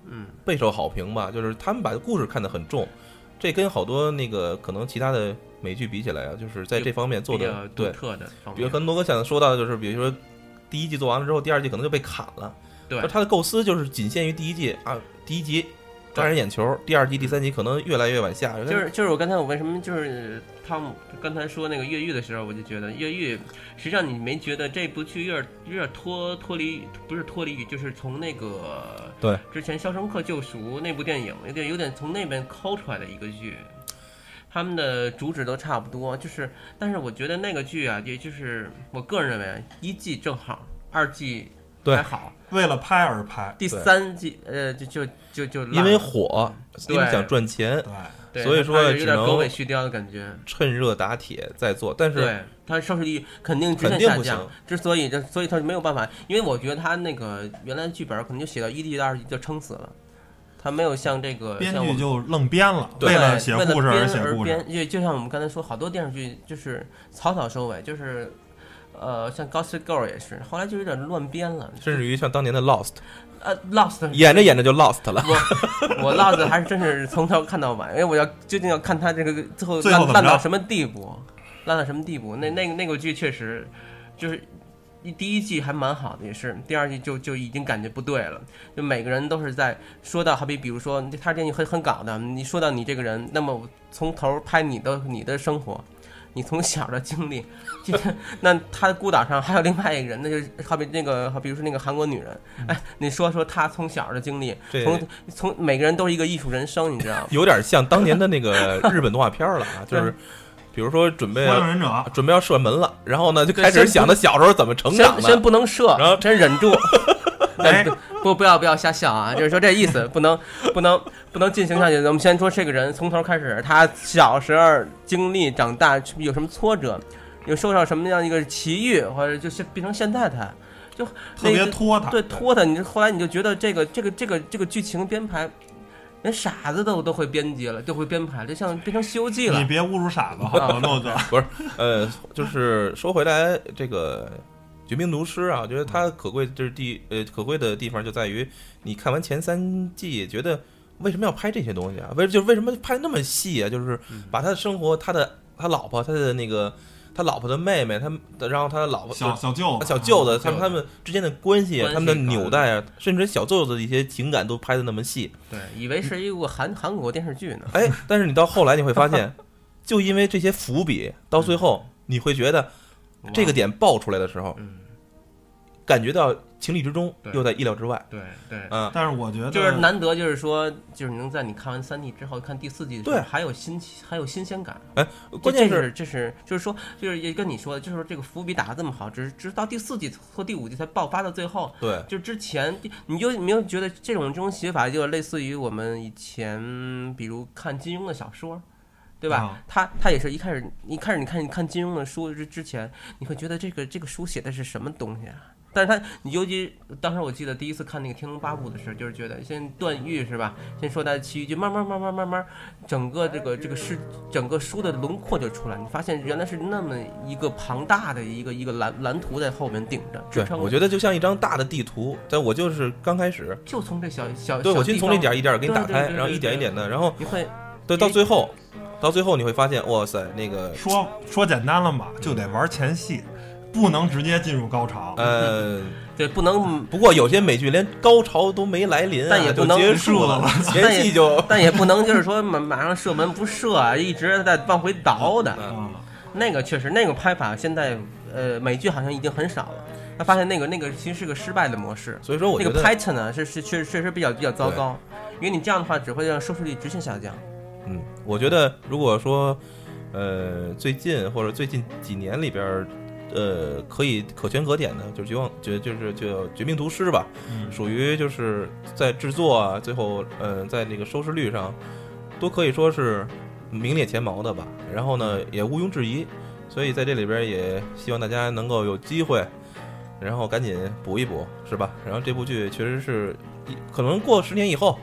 嗯备受好评吧。就是他们把故事看得很重，这跟好多那个可能其他的美剧比起来啊，就是在这方面做比的较独对。特的方面，比如跟罗哥想说到的就是，比如说第一季做完了之后，第二季可能就被砍了。对而他的构思就是仅限于第一季啊，第一集抓人眼球，第二季、第三集可能越来越往下。就是就是我刚才我为什么就是汤姆刚才说那个越狱的时候，我就觉得越狱，实际上你没觉得这部剧有点有点脱脱离，不是脱离于，就是从那个对之前《肖申克救赎》那部电影有点有点从那边抠出来的一个剧。他们的主旨都差不多，就是，但是我觉得那个剧啊，也就是我个人认为，啊一季正好，二季对还好，为了拍而拍，第对三季呃就就就就烂因为了火，因为对想赚钱，对，对所以它说有只点能狗尾续貂的感觉，趁热打铁在做，但是。对，它收视率肯定直线肯定下不降行。之所以这，所以它没有办法，因为我觉得它那个原来剧本可能就写到一季到二季就撑死了，它没有像这个编像我剧们就愣编了，对了写故事编写而故事。编，就就像我们刚才说，好多电视剧就是草草收尾，就是呃，像《Gossip Girl》也是，后来就有点乱编了。甚至于像当年的 Lost，呃，Lost 演着演着就 Lost 了。 我我 Lost 还是真是从头看到晚，因为我要究竟要看它这个最后最后怎烂么烂着到什么地步，烂到什么地步？那那个那个剧确实就是。一第一季还蛮好的，也是第二季就就已经感觉不对了。就每个人都是在说到，好比比如说他这剧很很搞的，你说到你这个人，那么我从头拍你的你的生活，你从小的经历，今天那他的孤岛上还有另外一个人，那就是好比那个好比如说那个韩国女人，嗯哎，你说说她从小的经历，这从从每个人都是一个艺术人生，你知 道吗？有点像当年的 那个日本动画片了啊，就对是比如说准备火影要忍者，准备要射门了，然后呢就对开始先想他小时候怎么成长先先的。不能射，然后先忍住。哎不不不要不要瞎笑啊！就是说这意思，不能不能不能进行下去。我们先说这个人从头开始，他小时候经历长大有什么挫折，有受到什么样一个奇遇，或者就是变成现在他就特别那个拖沓。对拖沓。你就后来你就觉得这个这个这个这个剧情编排，连傻子都都会编辑了，都会编排，就像变成《西游记》你了。啊别侮辱傻子，好吧，诺哥。呃，就是说回来这个《绝命毒师》啊，我觉得它可贵就是地呃可贵的地方就在于，你看完前三季觉得为什么要拍这些东西啊？为就为什么拍那么细啊？就是把他的生活、他的他老婆、他的那个他老婆的妹妹，他然后他的老婆小小舅子，小嗯舅子，他们他们之间的关系，关系他们的纽带啊，甚至小舅子的一些情感都拍的那么细。对，以为是一部韩韩国电视剧呢。哎，但是你到后来你会发现，就因为这些伏笔，到最后你会觉得这个点爆出来的时候，嗯，感觉到情理之中，对又在意料之外。对对，嗯，但是我觉得就是难得，就是说，就是能在你看完三季之后看第四季的时候，对呃还有新奇还有新鲜感。关这键这是是这是就是说，就是也跟你说的，就是说这个伏笔打得这么好，只是直到第四季或第五季才爆发到最后。对就之前，你就没有觉得这种这种写法就类似于我们以前，比如看金庸的小说，对吧？啊他他也是一开始一开始你看你看金庸的书之之前，你会觉得这个这个书写的是什么东西啊？但是他你尤其当时我记得第一次看那个《天龙八部》的时候，就是觉得先段誉是吧？先说他的奇遇记，慢慢慢慢慢慢，整个这个这个是整个书的轮廓就出来，你发现原来是那么一个庞大的一个一个蓝蓝图在后面顶着支对，撑着。我觉得就像一张大的地图，但我就是刚开始，就从这小小对小我先地从这方点儿一点儿给你对打对开，对然后对一点一点的，然后你会对到最后，到最后你会发现，哇塞，那个说说简单了吧，就得玩前戏，不能直接进入高潮。嗯呃。对不能，不过有些美剧连高潮都没来临、啊，但也不就能结束了， 但前也戏就 但也不能就是说马马上射门不射啊，一直在往回倒的。嗯，那个确实，那个拍法现在呃美剧好像已经很少了。他发现那个那个其实是个失败的模式。所以说我那觉个得 Python 呢，是是确确实比较比较糟糕，因为你这样的话只会让收视率直线下降。嗯，我觉得如果说，呃，最近或者最近几年里边儿，呃，可以可圈可点的，就是绝望绝就是就绝命毒师吧，嗯，属于就是在制作啊，最后呃，在那个收视率上，都可以说是名列前茅的吧。然后呢，也毋庸置疑，所以在这里边儿也希望大家能够有机会，然后赶紧补一补，是吧？然后这部剧确实是，可能过十年以后。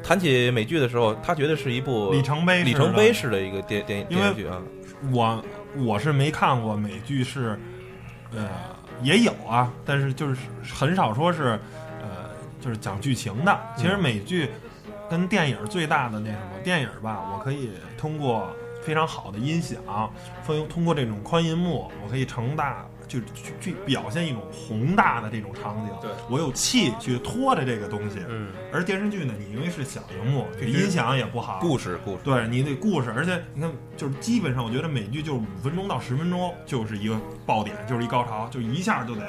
谈起美剧的时候，它绝对是一部里程碑，里程碑。式的一个电电因为电视剧啊，我我是没看过美剧是，呃，也有啊，但是就是很少说是，呃，就是讲剧情的。其实美剧跟电影最大的那什么，电影吧，我可以通过非常好的音响，通通过这种宽银幕，我可以成大。就去去表现一种宏大的这种场景，对我有气去拖着这个东西。嗯，而电视剧呢，你因为是小荧幕，这必须音响也不好，故事故事，对你得故事，而且你看，就是基本上我觉得美剧就是五分钟到十分钟就是一个爆点，就是一高潮，就一下就得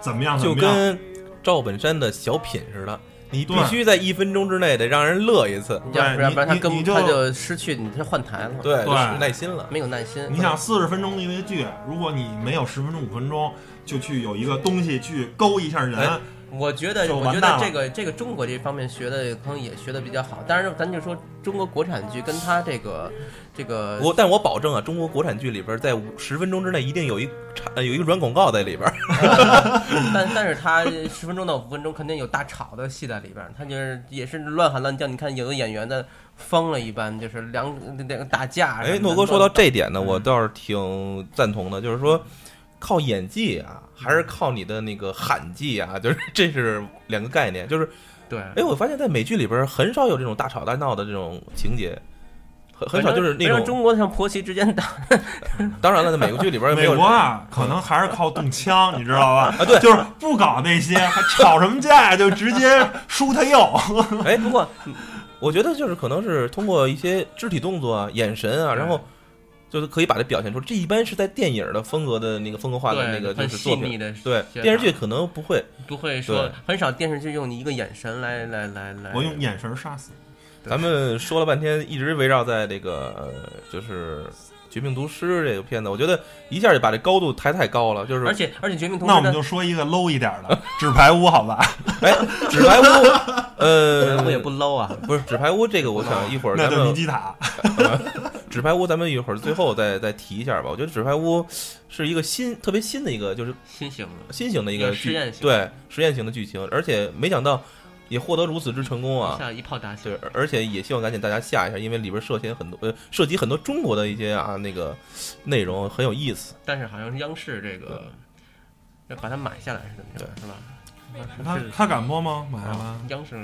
怎么样怎就么样。跟赵本山的小品似的，你必对须在一分钟之内得让人乐一次，对要不然你不然他你跟你就他就失去你他换台了，，对，对就是耐心了。没有耐心。你想四十分钟的一个剧，如果你没有十分钟五分钟就去有一个东西去勾一下人，哎我觉得，就我完觉蛋得了这个这个中国这方面学的可能也学的比较好，但是咱就说中国国产剧跟他这个这个我但我保证啊，中国国产剧里边在五十分钟之内一定有一插有一个软广告在里边，但但是他十分钟到五分钟肯定有大吵的戏在里边儿，他就是也是乱喊乱叫。你看有的演员在疯了一般，就是两两个打架什么的。哎，诺哥说到乱这点呢，嗯我倒是挺赞同的，就是说，靠演技啊，还是靠你的那个喊技啊，就是这是两个概念。就是，对，哎，我发现在美剧里边很少有这种大吵大闹的这种情节，很很少反正就是那反正种。中国像婆媳之间打，当然了，在美国剧里边没美有国啊，可能还是靠动枪，你知道吧？啊， 对，就是不搞那些，还吵什么架呀？就直接输他右。哎，不过我觉得就是可能是通过一些肢体动作啊、眼神啊，对然后就是可以把它表现出。这一般是在电影的风格的那个风格化的那个就很是细作腻品，的，啊对电视剧可能不会。不会说对很少电视剧用你一个眼神来来来来。 我用眼神杀死你。对咱们说了半天，一直围绕在这个呃就是《绝命毒师》这个片子，我觉得一下就把这高度抬太高了。就是而且而且《绝命毒师那我》们的就说一个 low 一点的纸牌屋，好吧？哎，纸牌屋， 呃，我也不啊 low 啊，不是纸牌屋这个，我想一会儿那咱就们尼基塔。纸牌屋，咱们一会儿最后再再提一下吧。我觉得纸牌屋是一个新特别新的一个，就是新型的。新型的一一个个剧实验型对实验型的剧情，而且没想到也获得如此之成功一啊！下一炮打对响，，而且也希望赶紧大家下一下，因为里边涉嫌很多呃涉及很多中国的一些啊那个内容很有意思。但是好像是央视这个要把它买下来是怎么着，是吧？他是他敢播吗？买了吗啊，？央视，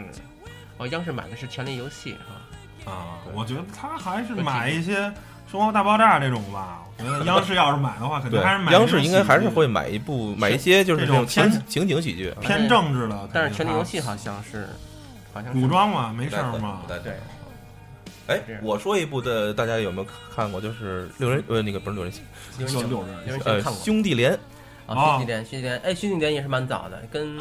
哦，央视买的是《权力游戏》哈，嗯啊对，我觉得他还是不买记一些《生活大爆炸》这种吧。我觉得央视要是买的话，肯对定还是，买央这种视应该还喜是剧会买一部买一些就是这这种种情偏情景喜剧啊，偏政治的。但是《肯权力定啊游戏》好像是，好像古是装嘛，没没事儿嘛。对。哎这，样我说一部的，大家有没有看过？就是六人呃，那个不是六人行，有就人六人有人呃，看过兄弟连，啊，啊《新纪年》《新纪年》哎，《新纪年》也是蛮早的，跟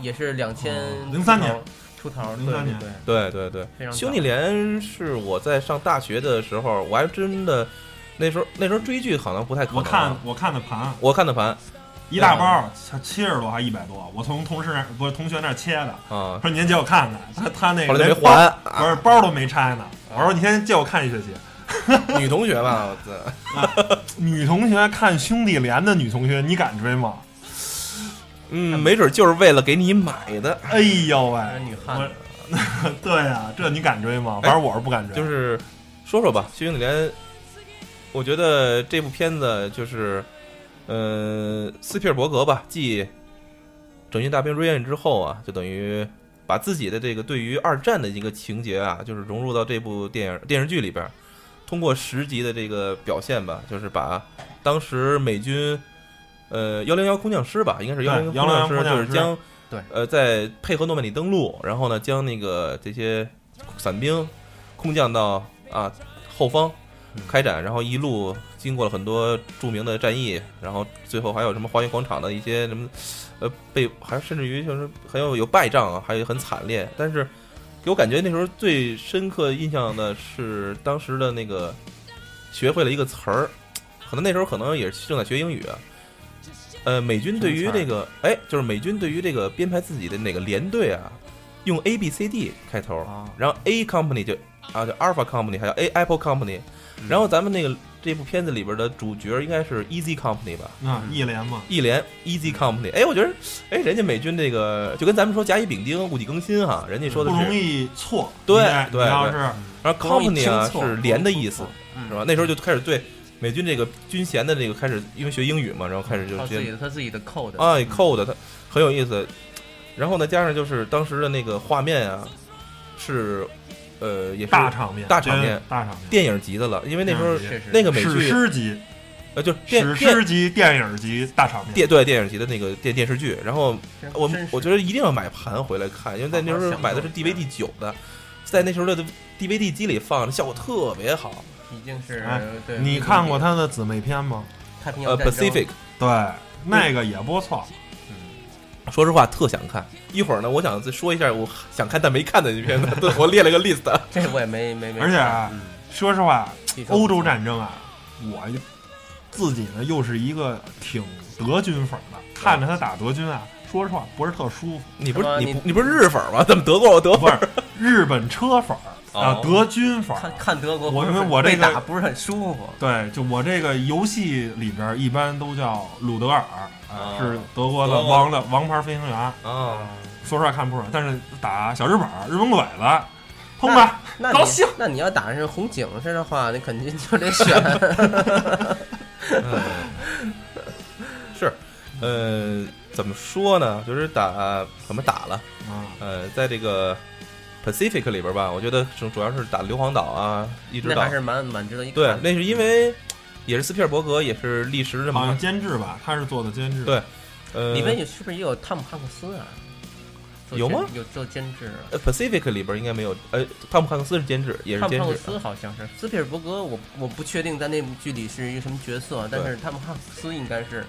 也是两千哦03年出头， 03对对年对，对对对，非常早兄弟连是我在上大学的时候，我还真的那时候那时候追剧好像不太可能我啊。看我看的盘我看的盘一大包，七十多还一百多，我从同事那儿不是同学那儿切的。啊，说您借我看看，他他 那后个来就没连包还。啊不是包都没拆呢。我说你先借我看一学期。女同学吧，我操，女同学看兄弟连的女同学，你敢追 吗？ 嗯，没准就是为了给你买的。哎呦喂还是，女汉我子， 对呀，这你敢追吗？反正我是不敢追。哎就是啊说说吧，《兄弟连》，我觉得这部片子就是，呃，斯皮尔伯格吧，继《拯救大兵瑞恩》之后啊，就等于把自己的这个对于二战的一个情节啊，就是融入到这部电影电视剧里边儿，通过十集的这个表现吧，就是把当时美军。呃，幺零幺空降师吧，应该是幺零对101师，空降就师是将对呃，在配合诺曼底登陆，然后呢，将那个这些伞兵空降到啊后方，开展，然后一路经过了很多著名的战役，然后最后还有什么花园广场的一些什么，呃，被还甚至于就是很有有败仗啊，还有很惨烈。但是给我感觉那时候最深刻印象的是当时的那个学会了一个词儿，可能那时候可能也是正在学英语啊。呃，美军对什于么词儿这个，哎，就是美军对于这个编排自己的那个连队啊，用 A B C D 开头，啊，然后 A company 就啊就 Alpha company，还有 A Apple company，然后咱们那个这部片子里边的主角应该是 Easy company 吧，那啊一连嘛，一连 Easy company，哎，我觉得哎人家美军这个就跟咱们说甲乙丙丁戊己庚辛哈，人家不说的容是，易错。对你得对你要对是然后不容易 company 啊听错是连的意思，嗯是吧？那时候就开始对美军这个军衔的这个开始，因为学英语嘛，然后开始就他学自己的他自己的 code，哎，code 它很有意思。然后呢，加上就是当时的那个画面啊，是呃也是大场面，大场真的面大场面，电影级的了，因为那时候嗯是是那个美史剧诗级、呃就是电史电诗级电影级大场面。电对电影级的那个电电视剧，然后真我真是我觉得一定要买盘回来看，因为在那时好好嗯候享买的是受 DVD 九的，在那时候的 DVD 机里放，效果特别好。已经是哎对你看过他的姊妹篇吗？太平洋呃战争，Pacific，对，那个也不错。说实话特想看。一会儿呢，我想再说一下我想看但没看的那 片子，对我列了个 list。这我也没没没看，而且啊嗯说实话，据说欧洲战争啊，我自己呢又是一个挺德军粉的，看着他打德军啊，说实话不是特舒服。你不是是吗你不你你不是日粉吗？怎么德国德不粉？是日本车粉儿啊哦，德军粉儿。看看德国，我不是因为我这被个打不是很舒服，对，就我这个游戏里边儿一般都叫鲁德尔，哦啊，是德国的德国王的王牌飞行员。啊，说实话看不出来，但是打小日本儿、日本鬼子，碰吧，那高你兴。那你要打上红警似的话，那肯定就得 选是，呃，怎么说呢？就是打怎么打了？啊，呃，在这个 Pacific 里边吧，我觉得主主要是打硫磺岛啊，一直那岛还。是蛮蛮值得一看对的。，那是因为也是斯皮尔伯格，也是历时这好像么监制吧，他是做的监制。对呃里边有是不是也有汤姆汉克斯啊？做有吗监有做监制啊？呃 Pacific 里边应该没有，呃，汤姆汉克斯是监制，也是汤姆监汉克制。啊斯好像是斯皮尔伯格我，我不确定在那部剧里是一个什么角色，但是汤姆汉克斯应该是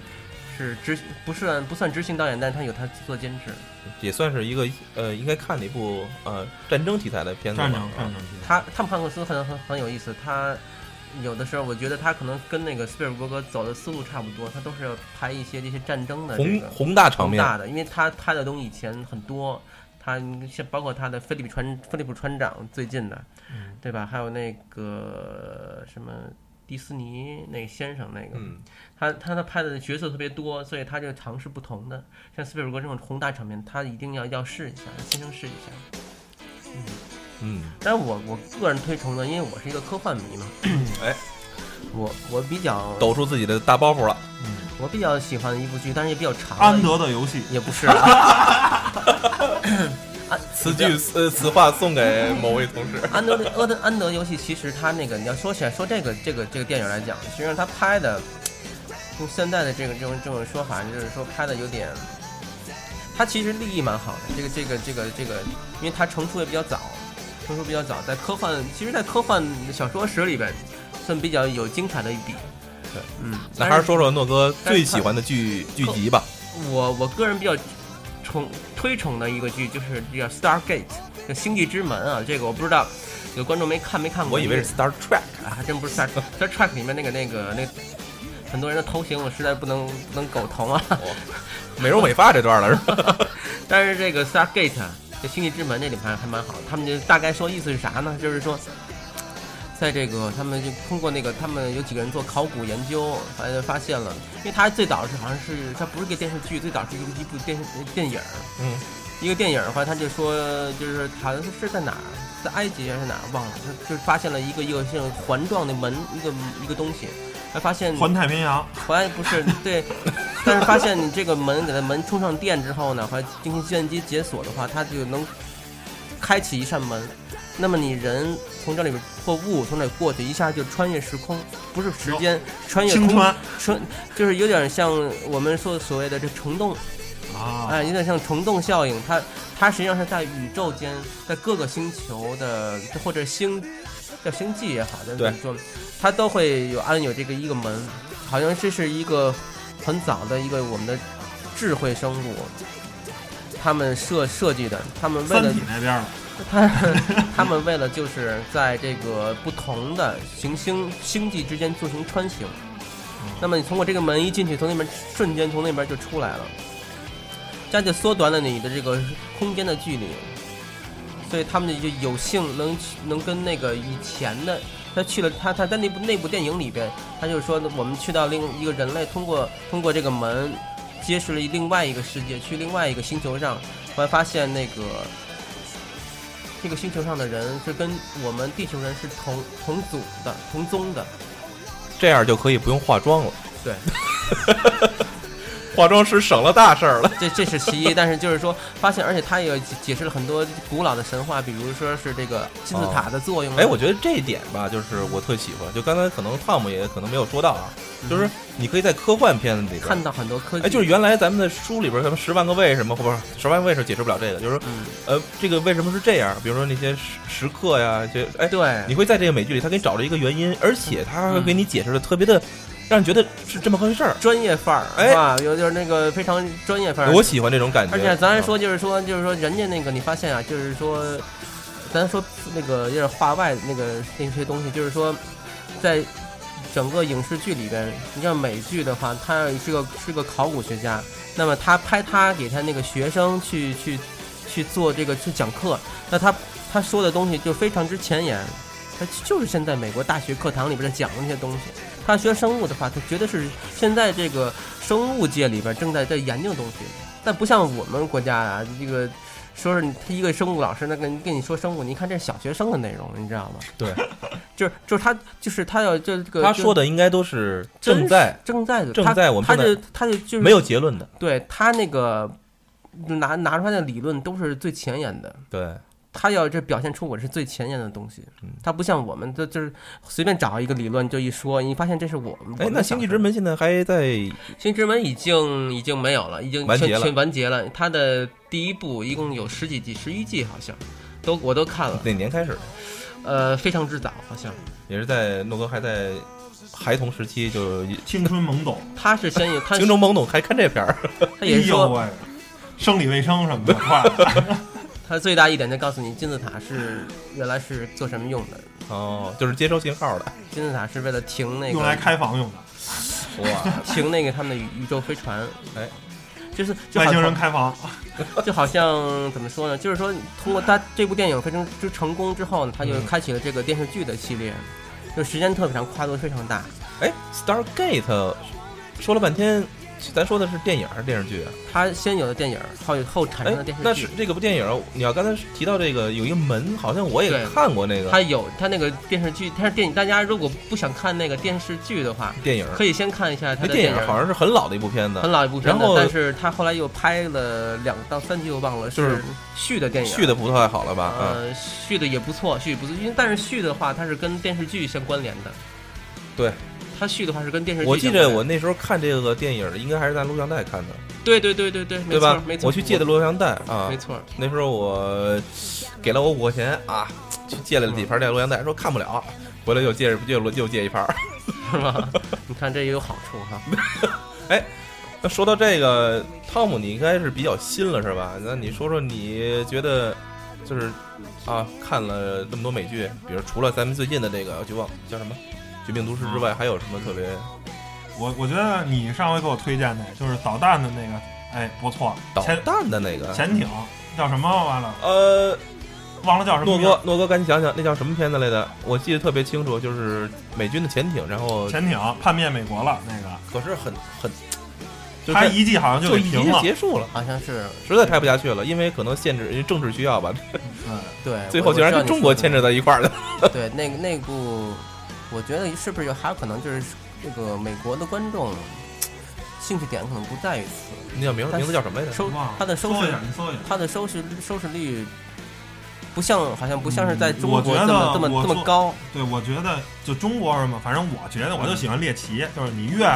是执不算不算执行导演，但是他有他做监制。也算是一个呃，应该看的一部呃战争题材的片子吧。战争战争题材。他汤姆汉克斯很很很有意思，他有的时候我觉得他可能跟那个斯皮尔伯格走的思路差不多，他都是要拍一些这些战争的这宏个宏大场宏面，大的，因为他拍的东西以前很多，他像包括他的菲利普船菲利普船长最近的，嗯对吧？还有那个什么迪斯尼那个先生那个，嗯，他他他拍的角色特别多，所以他就尝试不同的。像斯皮尔伯格这种宏大场面，他一定要要试一下，亲身试一下。嗯，但我我个人推崇呢，因为我是一个科幻迷嘛，哎，我我比较抖出自己的大包袱了。嗯，我比较喜欢的一部剧，但是也比较长了，安德的游戏，也不是啊， 此句呃此话送给某位同 事。安德的安德安德游戏，其实他那个你要说起来说这个这个这个电影来讲，实际上他拍的，用现在的这个这种这种说法，就是说拍的有点，他其实立意蛮好的，这个这个这个这个，因为他成熟也比较早，成熟比较早，在科幻，其实，在科幻小说史里边，算比较有精彩的一笔。对，嗯，那还但是说说诺哥但是最喜欢的剧剧集吧。我我个人比较崇推崇的一个剧就是叫《Stargate》，叫《星际之门》啊。这个我不知道有观众没看没看过，我以为是 Star Trek，啊，还真不是 Star Star Trek 里面那个那个那很多人的头型，我实在不能不能苟同啊。 美容美发这段了是吧？但是这个 Stargate 啊这星际之门这里面还还蛮好，他们就大概说意思是啥呢？就是说，在这个他们就通过那个他们有几个人做考古研究，发发现了，因为它最早是好像是它不是个电视剧，最早是一部一部电视电影儿，嗯，一个电影儿的话，他就说就是好像是在哪儿，在埃及还是哪儿忘了，就就发现了一个一个像环状的门一个一个东西，还发现环太平洋，怀不是对，但是发现你这个门给它门充上电之后呢，还进行计算机解锁的话，它就能开启一扇门。那么你人从这里边或物从这里过去，一下就穿越时空，不是时间，穿越青空川穿就是有点像我们说所谓的这虫洞，啊，哎，有点像虫洞效应。它它实际上是在宇宙间，在各个星球的或者星叫星际也好，但对是说它都会有按有这个一个门，好像这是一个很早的一个我们的智慧生物，他们设设计的，他们为三了体那边了，他他们为了就是在这个不同的行星星际之间进行穿行。那么你通过这个门一进去，从那边瞬间从那边就出来了，这样就缩短了你的这个空间的距离，所以他们就有幸能去能跟那个以前的他去了他他在那部那部电影里边，他就说我们去到另一个人类通过通过这个门结识了另外一个世界，去另外一个星球上，后来发现那个。这个星球上的人是跟我们地球人是同同组的、同宗的，这样就可以不用化妆了。对， 化妆师省了大事儿了。这这是其 一，但是就是说发现，而且他也解解释了很多古老的神话，比如说是这个金字塔的作用啊。哦哎，我觉得这一点吧，就是我特喜欢。就刚才可能汤姆也可能没有说到啊，就是你可以在科幻片里嗯边看到很多科技，哎，就是原来咱们的书里边，咱们十万个为什么，或不是十万个为什么解释不了这个，就是说嗯，呃，这个为什么是这样？比如说那些时时刻呀，这哎，对，你会在这个美剧里，他给你找着一个原因，而且他会给你解释的特别的，让你觉得是这么回事儿。专业范儿，哎是吧？有就是那个非常专业范儿。我喜欢这种感觉。啊嗯而且咱说就是说就是说人家那个你发现啊，就是说，咱说那个有点话外那个那些东西，就是说，在整个影视剧里边，你像美剧的话，他是个是个考古学家，那么他拍他给他那个学生去去去做这个去讲课，那他他说的东西就非常之前沿。他就是现在美国大学课堂里边在讲的那些东西。他学生物的话，他绝对是现在这个生物界里边正在在研究的东西。但不像我们国家啊，这个说是你他一个生物老师，那跟跟你说生物，你看这是小学生的内容，你知道吗？对， 就是就是他就是他要这个他说的的应该都是正在正在的正在我们他他正就他就就是没有结论的。对他那个拿拿出来的理论都是最前沿的，对，他要这表现出我是最前沿的东西嗯，他不像我们这就是随便找一个理论就一说，你发现这是我们。哎，那星际之门现在还在星之门已经已经没有了，已经完结全了全完结了。它的第一部一共有十几季，十一季好像，都我都看了，哪年开始的？呃，非常之早好像。也是在诺哥还在孩童时期就青春懵懂，他是 先有他青春懵懂，还看这片儿。他也哎是呦说喂，生理卫生什么的，快了，他最大一点就告诉你金字塔是原来是做什么用的，哦，就是接收信号的。金字塔是为了停 那用来个开房用的，哇，停那个他们的宇宇宙飞船，哎，就是就外好星人像开房，就好像怎么说呢？就是说通过他这部电影非常之成功之后呢，他就嗯开启了这个电视剧的系列，就时间特别长，跨度非常大。哎，Stargate，说了半天，咱说的是电影还是电视剧啊？他先有的电影，后有后产哎生的电，视那剧是。这个部电影，你要刚才提到这个有一个门，好像我也对看过那他个有他那个电视剧，他是电影。大家如果不想看那个电视剧的话，电影，可以先看一下他那的电影，影好像是很老的一部片很子，老一部片然子后，但是他后来又拍了两到三集，我忘了，就是续的电影。续的不太好了吧？啊，呃，续的也不错，续不错，因为但是续的话，它是跟电视剧相关联的。对，它续的话呃是跟电视剧相我关记联的。着我那时候看这个电影，应该还是在录像带看的，对对对对对，没对错吧没？错，我去借的录像带啊没，错，那时候我给了我五块钱啊，去借了几盘这录像带，说看不了，回来又借又又借一盘。是吧？你看这也有好处哈。那 说到这个，汤姆，你应该是比较新了是吧？那你说说你觉得，就是啊，看了这么多美剧，比如除了咱们最近的这个，就忘叫什么《绝命毒师》之嗯外，还有什么特别？我我觉得你上回给我推荐的就是导弹的那个，哎，不错，导潜弹的那个？潜艇叫什么完了，呃，忘了叫什么诺名儿哥，诺哥，赶紧想想那叫什么片子来的？我记得特别清楚，就是美军的潜艇，然后潜艇叛变美国了那个，可是很很，就他是一季好像它就就给一停集了，结束了，好像是实在拍不下去了，因为可能限制因为政治需要吧，嗯， 对，最后竟然跟中国牵扯的。到一块儿了。对，那个那部，我觉得是不是有还有可能就是这个美国的观众兴趣点可能不在于此，那叫 名名字叫什么来着？收忘了它的收搜一视下，你搜一下。它的收视收视率不像好像不像是在嗯中我国觉这么得这么我这么做高，对，我觉得就中国人嘛，反正我觉得嗯我就喜欢猎奇，就是你越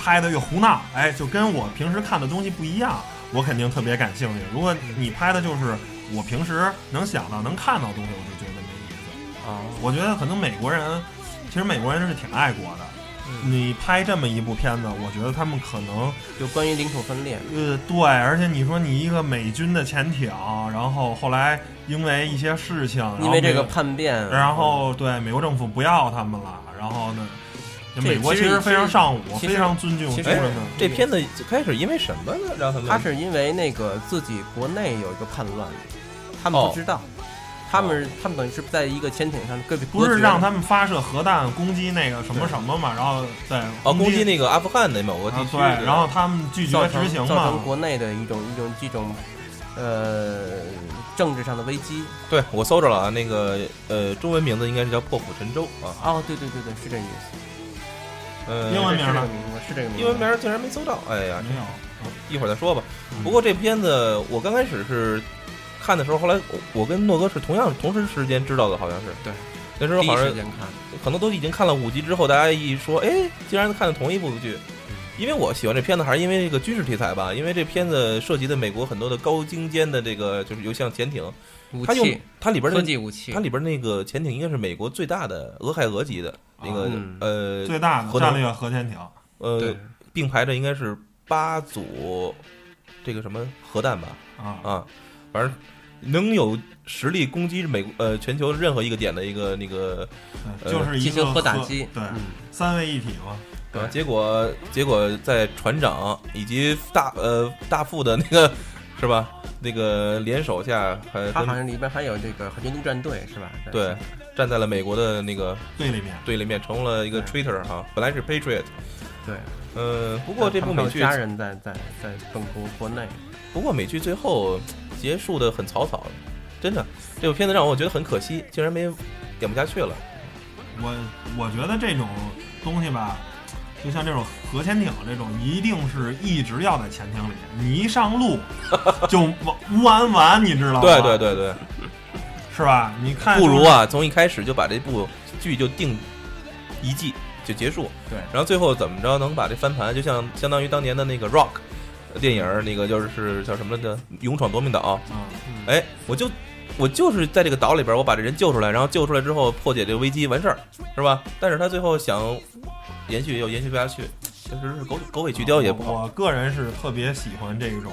拍的越胡闹，哎，就跟我平时看的东西不一样，我肯定特别感嗯兴趣。如果你拍的就是我平时能想到能看到的东西，我就觉得没意思。哦，我觉得可能美国人，其实美国人是挺爱国的。嗯你拍这么一部片子，我觉得他们可能就关于领土分裂，呃，对，而且你说你一个美军的潜艇，然后后来因为一些事情，然后因为这美个叛变，然后对美国政府不要他们了，然后呢，就这美国其其实实非常尚武，其实非常尊敬嗯其实哎中国人的。这片子最开始因为什么呢？让他们他是因为那个自己国内有一个叛乱，他们不知道，他们是他们等于是在一个潜艇上各不是让他们发射核弹攻击那个什么什么嘛，然后对哦攻击击那个阿富汗的某个地啊区，对是吧，然后他们拒造绝成执行造嘛成，国内的一种一种这种呃政治上的危机。对我搜着了啊，那个呃中文名字应该是叫破釜沉舟啊，哦，对对对对，是这个意思，呃英文名是这呢个名字，是这个名字，英文名儿竟然没搜到，哎呀，没有。一会儿再说吧。嗯不过这片子我刚开始是看的时候，后来我我跟诺哥是同样同时时间知道的，好像是对。那时候第一好像时间看，很多都已经看了五集之后，大家一说，哎，竟然看了同一部剧。嗯因为我喜欢这片子，还是因为这个军事题材吧，因为这片子涉及的美国很多的高精尖的这个就是油像潜艇，武它用器它里边科的技武器它，里边那个潜艇应该是美国最大的俄亥俄级的那个、嗯呃最大核的能战略核潜艇，啊呃对，并排着应该是八组这个什么核弹吧啊，啊，反正能有实力攻击美国呃全球任何一个点的一个那个对就是一呃进行个核打击，对，嗯三位一体嘛，啊，对结果结果在船长以及大呃大副的那个 是吧？那个联手下，还它好跟像里边还有这个海军陆战队是吧？在对站在了美国的那个对里面队里面，成了一个 traitor 哈、本来是 patriot，对。呃，不过这部他们美有剧，家人在在在中国国内，不过美剧最后结束的很草草，真的，这部片子让我觉得很可惜，竟然没演不下去了。我我觉得这种东西吧，就像这种核潜艇这种，一定是一直要在潜艇里，你一上路就乌完完，你知哦道吗？对对，对对，是吧？你看， 不如，啊，从一开始就把这部剧就定一季就结束，对然后最后怎么着能把这翻盘，就像相当于当年的那个 Rock 电影儿，那个就是叫什么来着，《勇闯夺命岛嗯，》。哎，我就我就是在这个岛里边儿，我把这人救出来，然后救出来之后破解这个危机完事儿，是吧？但是他最后想延续又延续不下去，确实是狗狗尾续貂也不好。我。我个人是特别喜欢这种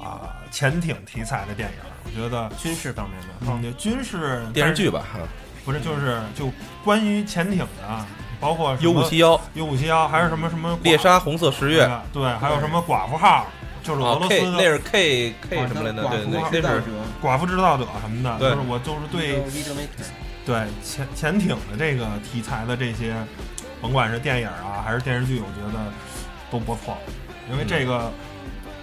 啊、潜艇题材的电影，我觉得。军事方面的。嗯，就军事电视剧吧，不是，就是就关于潜艇的，包括《U 五七幺》《 U 五七幺，还有什么什么猎杀红色十月》对对，还有什么寡妇号，就是俄啊罗斯，K 的那是 K K 寡什么来着？寡对，妇那号那是寡妇制造者什么的，对就是我就是对对潜潜艇的这个题材的这些，甭管是电影啊还是电视剧，我觉得都不错，因为嗯这个、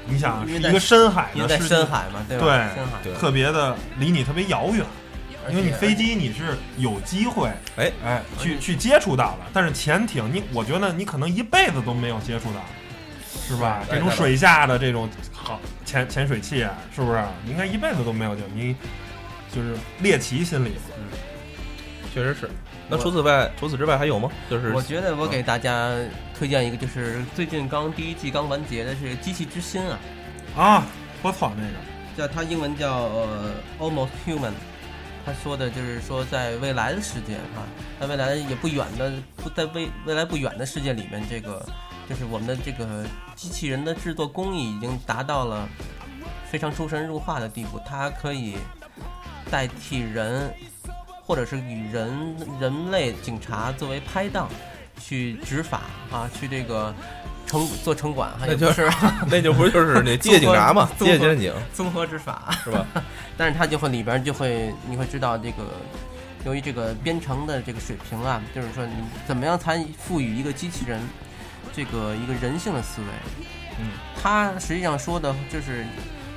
你想是因为一在个深海因为的在世界深，海嘛，对吧？对深海，对特别的离你特别遥远，因为你飞机你是有机会哎哎而且去去接触到的，但是潜艇你我觉得你可能一辈子都没有接触到。是吧？对这哎种对水下的这种好潜潜水器，啊是不是？你应该一辈子都没有见。你就是猎奇心理嘛。确实是。那我除此外，除此之外还有吗？就是我觉得我给大家推荐一个，就是最近刚第一季刚完结的是《机器之心》啊，啊，我操那个，叫它英文叫呃 Almost Human。他说的就是说，在未来的世界啊，在未来也不远的，不在未未来不远的世界里面，这个就是我们的这个机器人的制作工艺已经达到了非常出神入化的地步，它可以代替人，或者是与人人类警察作为拍档去执法啊，去这个城做城管，还那有就就是 那就不是就是那机械警 察嘛，机综合械侦警综合执法。是吧？ 但是它就会里边就会你会知道这个，由于这个编程的这个水平啊，就是说你怎么样才赋予一个机器人这个一个人性的思维。嗯，它实际上说的就是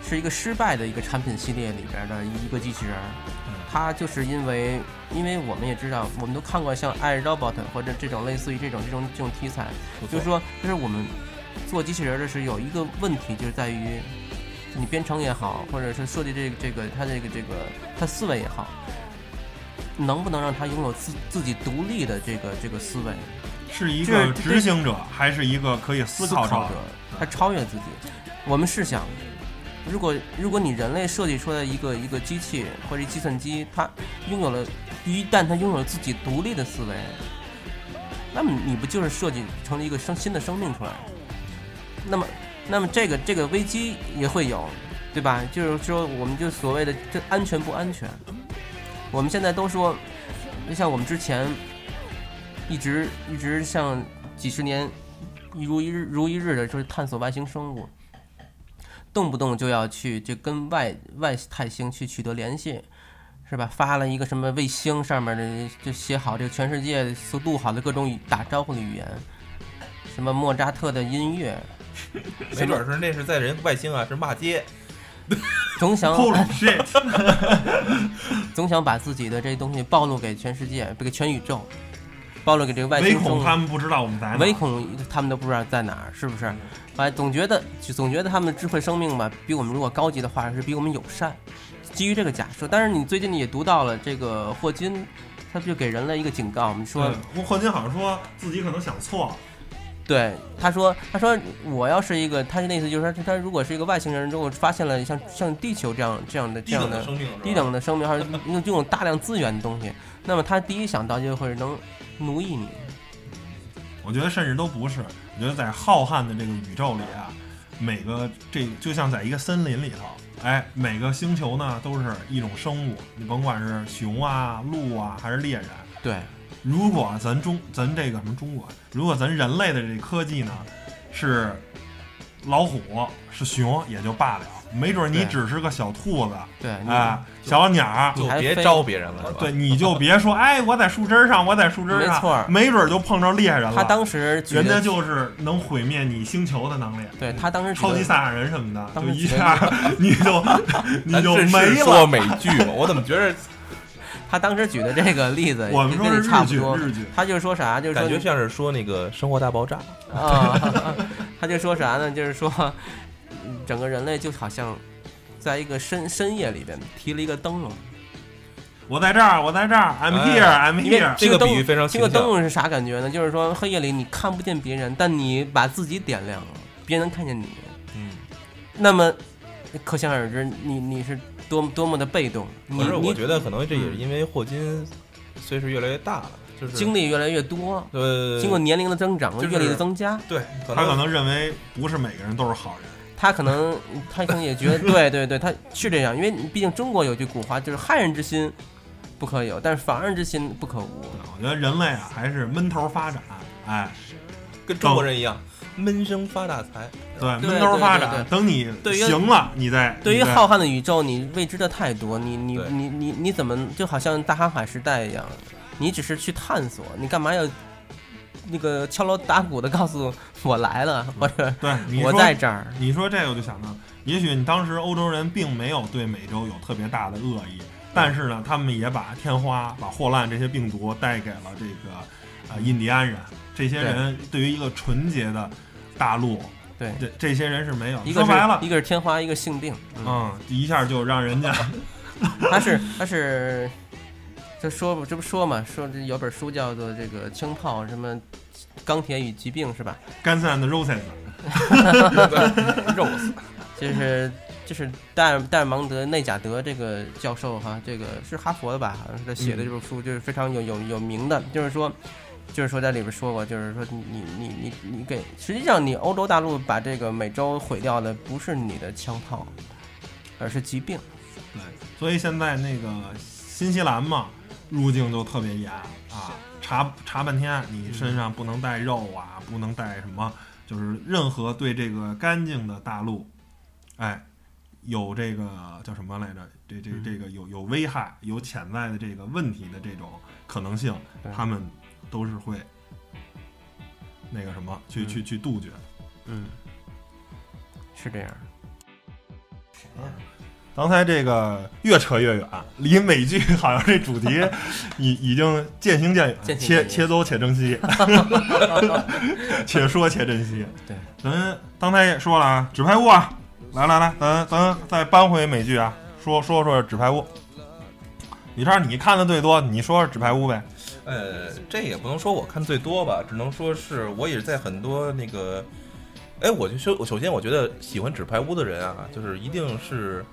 是一个失败的一个产品系列里边的一个机器人儿嗯，它就是因为因为我们也知道，我们都看过像《爱 Robot》或者这种类似于这种这种这种题材，不错就是说，就是我们做机器人儿的是有一个问题，就是在于你编程也好，或者是设计这个这个它这个这个它思维也好，能不能让它拥有自自己独立的这个这个思维？是一这个这执行者还是一个可以思考者， 他超越自己。我们试想，如果如果你人类设计出来一个一个机器或者计算机，它拥有了一旦他拥有自己独立的思维，那么你不就是设计成了一个生新的生命出来？那么，那么这个这个危机也会有，对吧？就是说，我们就所谓的这安全不安全，我们现在都说，就像我们之前一直一直像几十年一如一日如一日的，就是探索外星生物，动不动就要去就跟外外太星去取得联系，是吧？发了一个什么卫星上面的就写好这个全世界所录好的各种语打招呼的语言，什么莫扎特的音乐，没准儿是那是在人外星啊，是骂街。总想 Holy shit！总想把自己的这东西暴露给全世界，给全宇宙，暴露给这个外唯星生恐物。他们不知道我们在哪儿。唯恐他们都不知道在哪儿，是不是？哎，总觉得就总觉得他们的智慧生命吧，比我们如果高级的话，是比我们友善。基于这个假设，但是你最近也读到了这个霍金，他就给人类一个警告，我们说，对，我霍金好像说自己可能想错了。对，他说，他说我要是一个，他的那意思就是说，他如果是一个外星人，如果发现了像像地球这样这样的这低样等的的生命是吧，低等的生命，还是用这种大量资源的东西，那么他第一想到就会能奴役你。我觉得甚至都不是，我觉得在浩瀚的这个宇宙里啊，每个这就像在一个森林里头，哎，每个星球呢都是一种生物，你甭管是熊啊、鹿啊，还是猎人。对，如果咱中咱这个什么中国，如果咱人类的这科技呢是老虎是熊也就罢了，没准你对只是个小兔子，对，你哎，小鸟儿，就你还别非招别人了，是吧？对，，你就别说，哎，我在树枝上，我在树枝上，没错儿没准儿就碰着猎人了。他当时举人的家就是能毁灭你星球的能力，对他当时举超的级赛亚人什么的，当就时一觉得下你就你咱就哎这是没说了。美剧吗？ 我怎么觉着他当时举的这个例子， 我们就说跟是你差日不剧，多。日剧他就是说啥，就是说感觉你像是说那个《生活大爆炸》？啊， 他就说啥呢？就是说， 嗯整个人类就好像在一个深深夜里边提了一个灯笼。我在这儿，我在这儿，I'm 哎 here，I'm 因为 here。这个灯比喻非常这个形象灯笼是啥感觉呢？就是说黑夜里你看不见别人，但你把自己点亮了，别人能看见你。嗯，那么可想而知，你你是多么多么的被动。你可是我你嗯觉得可能这也是因为霍金岁数越来越大了，就是经历越来越多，呃，经过年龄的增长、就是阅历的增加，对，可他可能能认为不是每个人都是好人，他可能他可能也觉得，对对对，他是这样，因为你毕竟中国有句古话，就是害人之心不可有，但是防人之心不可无。我觉得人类啊还是闷头发展，哎，跟中国人一样，闷声发大财。对，对闷头发对对展，对等你对于行了，你再对于你再浩瀚的宇宙，你未知的太多，你你对你你你怎么就好像大航海时代一样，你只是去探索，你干嘛要那个敲锣打鼓的告诉我来了，或者对你我说在这儿？你说这个我就想到，也许你当时欧洲人并没有对美洲有特别大的恶意，但是呢，他们也把天花、把霍乱这些病毒带给了这个呃印第安人。这些人对于一个纯洁的大陆，对，这这些人是没有。一个说是白了一，个是天花，一个性病，嗯，一下就让人家 他是他是，这说这不说嘛，说这有本书叫做这个《枪炮》什么。钢铁与疾病是吧？ Guns and Roses 肉丝，就是就是戴尔戴尔芒德内贾德这个教授哈，这个是哈佛的吧？好像是他写的这本书，就是非常有有有名的，就是说。就是说，在里边说过，就是说你你你你你给，实际上你欧洲大陆把这个美洲毁掉的不是你的枪炮，而是疾病。对，所以现在那个新西兰嘛，入境就特别严啊，查查半天，你身上不能带肉啊，不能带什么，就是任何对这个干净的大陆，哎，有这个叫什么来着？这嗯这这个有有危害、有潜在的这个问题的这种可能性，对他们都是会那个什么去嗯去去杜绝。嗯，是这样。刚才这个越扯越远，离美剧好像这主 题已已经渐行渐远，渐行渐且远且走且珍 惜，且说且珍惜。对，咱刚才也说了啊，纸牌屋啊，来来来，咱咱再搬回美剧啊，说说说纸牌屋。李超，你看的最多，你说说纸牌屋呗。呃，这也不能说我看最多吧，只能说是我也是在很多那个，哎，我就说，首先我觉得喜欢纸牌屋的人啊，就是一定是，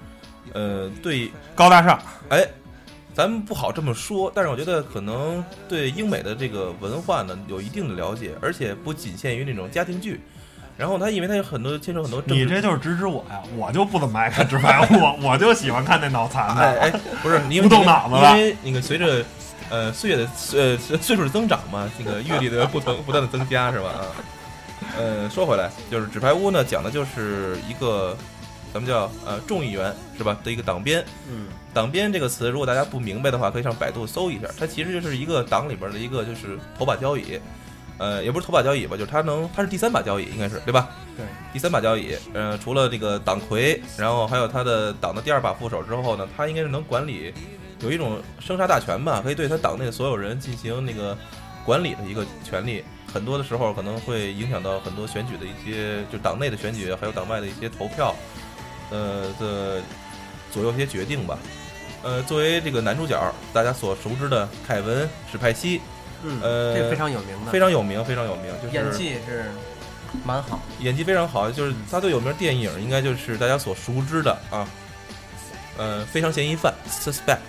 呃，对，高大上，哎，咱们不好这么说，但是我觉得可能对英美的这个文化呢有一定的了解，而且不仅限于那种家庭剧。然后它因为它有很多牵扯很多政你治这就是指指我呀，我就不怎么爱看直白，我 我就喜欢看那脑残哎的。哎，不 是，因为不动脑子因了为因为那个随着呃岁月的呃岁数的增长嘛，那个阅历的不同不断的增加是吧？啊，呃，说回来，就是《纸牌屋》呢，讲的就是一个咱们叫呃众议员是吧的一个党鞭。嗯，党鞭这个词，如果大家不明白的话，可以上百度搜一下，它其实就是一个党里边的一个就是头把交椅，呃，也不是头把交椅吧，就是它能它是第三把交椅，应该是对吧？对，第三把交椅，呃，除了这个党魁，然后还有他的党的第二把副手之后呢，他应该是能管理，有一种生杀大权吧，可以对他党内所有人进行那个管理的一个权利。很多的时候可能会影响到很多选举的一些，就党内的选举，还有党外的一些投票，呃的左右一些决定吧。呃，作为这个男主角，大家所熟知的凯文史派西，嗯，呃这个非常有名的，非常有名，非常有名，就嗯是演技也是蛮好。演技非常好，就是他最有名的电影应该就是大家所熟知的啊，呃，非常嫌疑犯 suspect，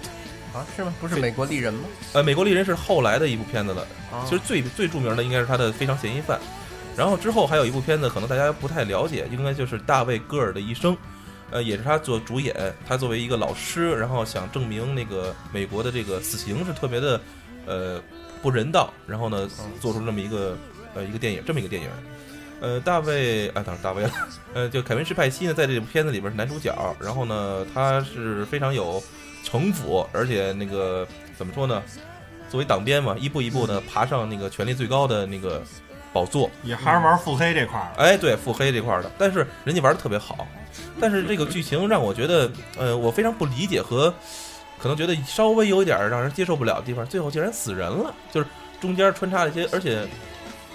啊，是吗？不是美国丽人吗？呃，美国丽人是后来的一部片子了，啊，其实最最著名的应该是他的非常嫌疑犯，然后之后还有一部片子可能大家不太了解，应该就是大卫戈尔的一生，呃，也是他做主演，他作为一个老师，然后想证明那个美国的这个死刑是特别的，呃，不人道，然后呢，做出这么一个呃一个电影，这么一个电影。呃，大卫啊，当然大卫了， 呃，就凯文·史派西呢，在这部片子里边是男主角，然后呢，他是非常有城府，而且那个怎么说呢，作为党鞭嘛，一步一步的爬上那个权力最高的那个宝座，也还是玩腹黑这块儿了。哎，对，腹黑这块儿的，但是人家玩的特别好，但是这个剧情让我觉得，呃，我非常不理解和可能觉得稍微有一点儿让人接受不了的地方，最后竟然死人了，就是中间穿插了一些，而且，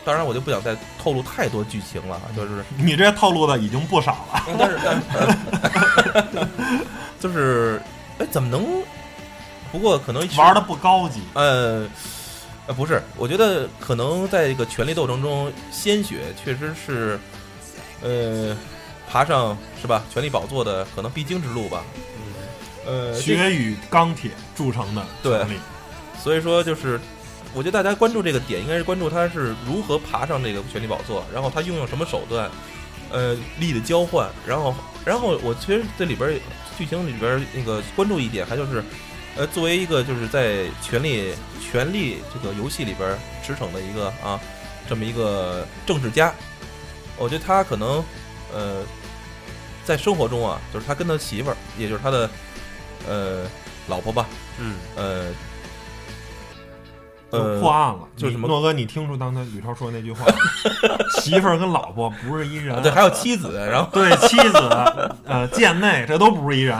当然我就不想再透露太多剧情了啊，就是你这透露的已经不少了。但是但是，呃 就是哎，怎么能？不过可能是玩的不高级，呃。呃，不是，我觉得可能在这个权力斗争中，鲜血确实是，呃，爬上是吧权力宝座的可能必经之路吧。呃，这血与钢铁铸成的对权力。所以说就是，我觉得大家关注这个点，应该是关注他是如何爬上这个权力宝座，然后他运用什么手段，呃，利益的交换，然后，然后我其实这里边儿剧情里边儿那个关注一点，还就是，呃，作为一个就是在权力权力这个游戏里边儿驰骋的一个啊，这么一个政治家，我觉得他可能，呃，在生活中啊，就是他跟他媳妇儿，也就是他的，呃，老婆吧，嗯，呃，都破呃，案了，就是什么你诺哥，你听出刚才宇超说那句 话，媳妇儿跟老婆不是一人，对，还有妻子，然 后对妻子，呃，贱内这都不是一人，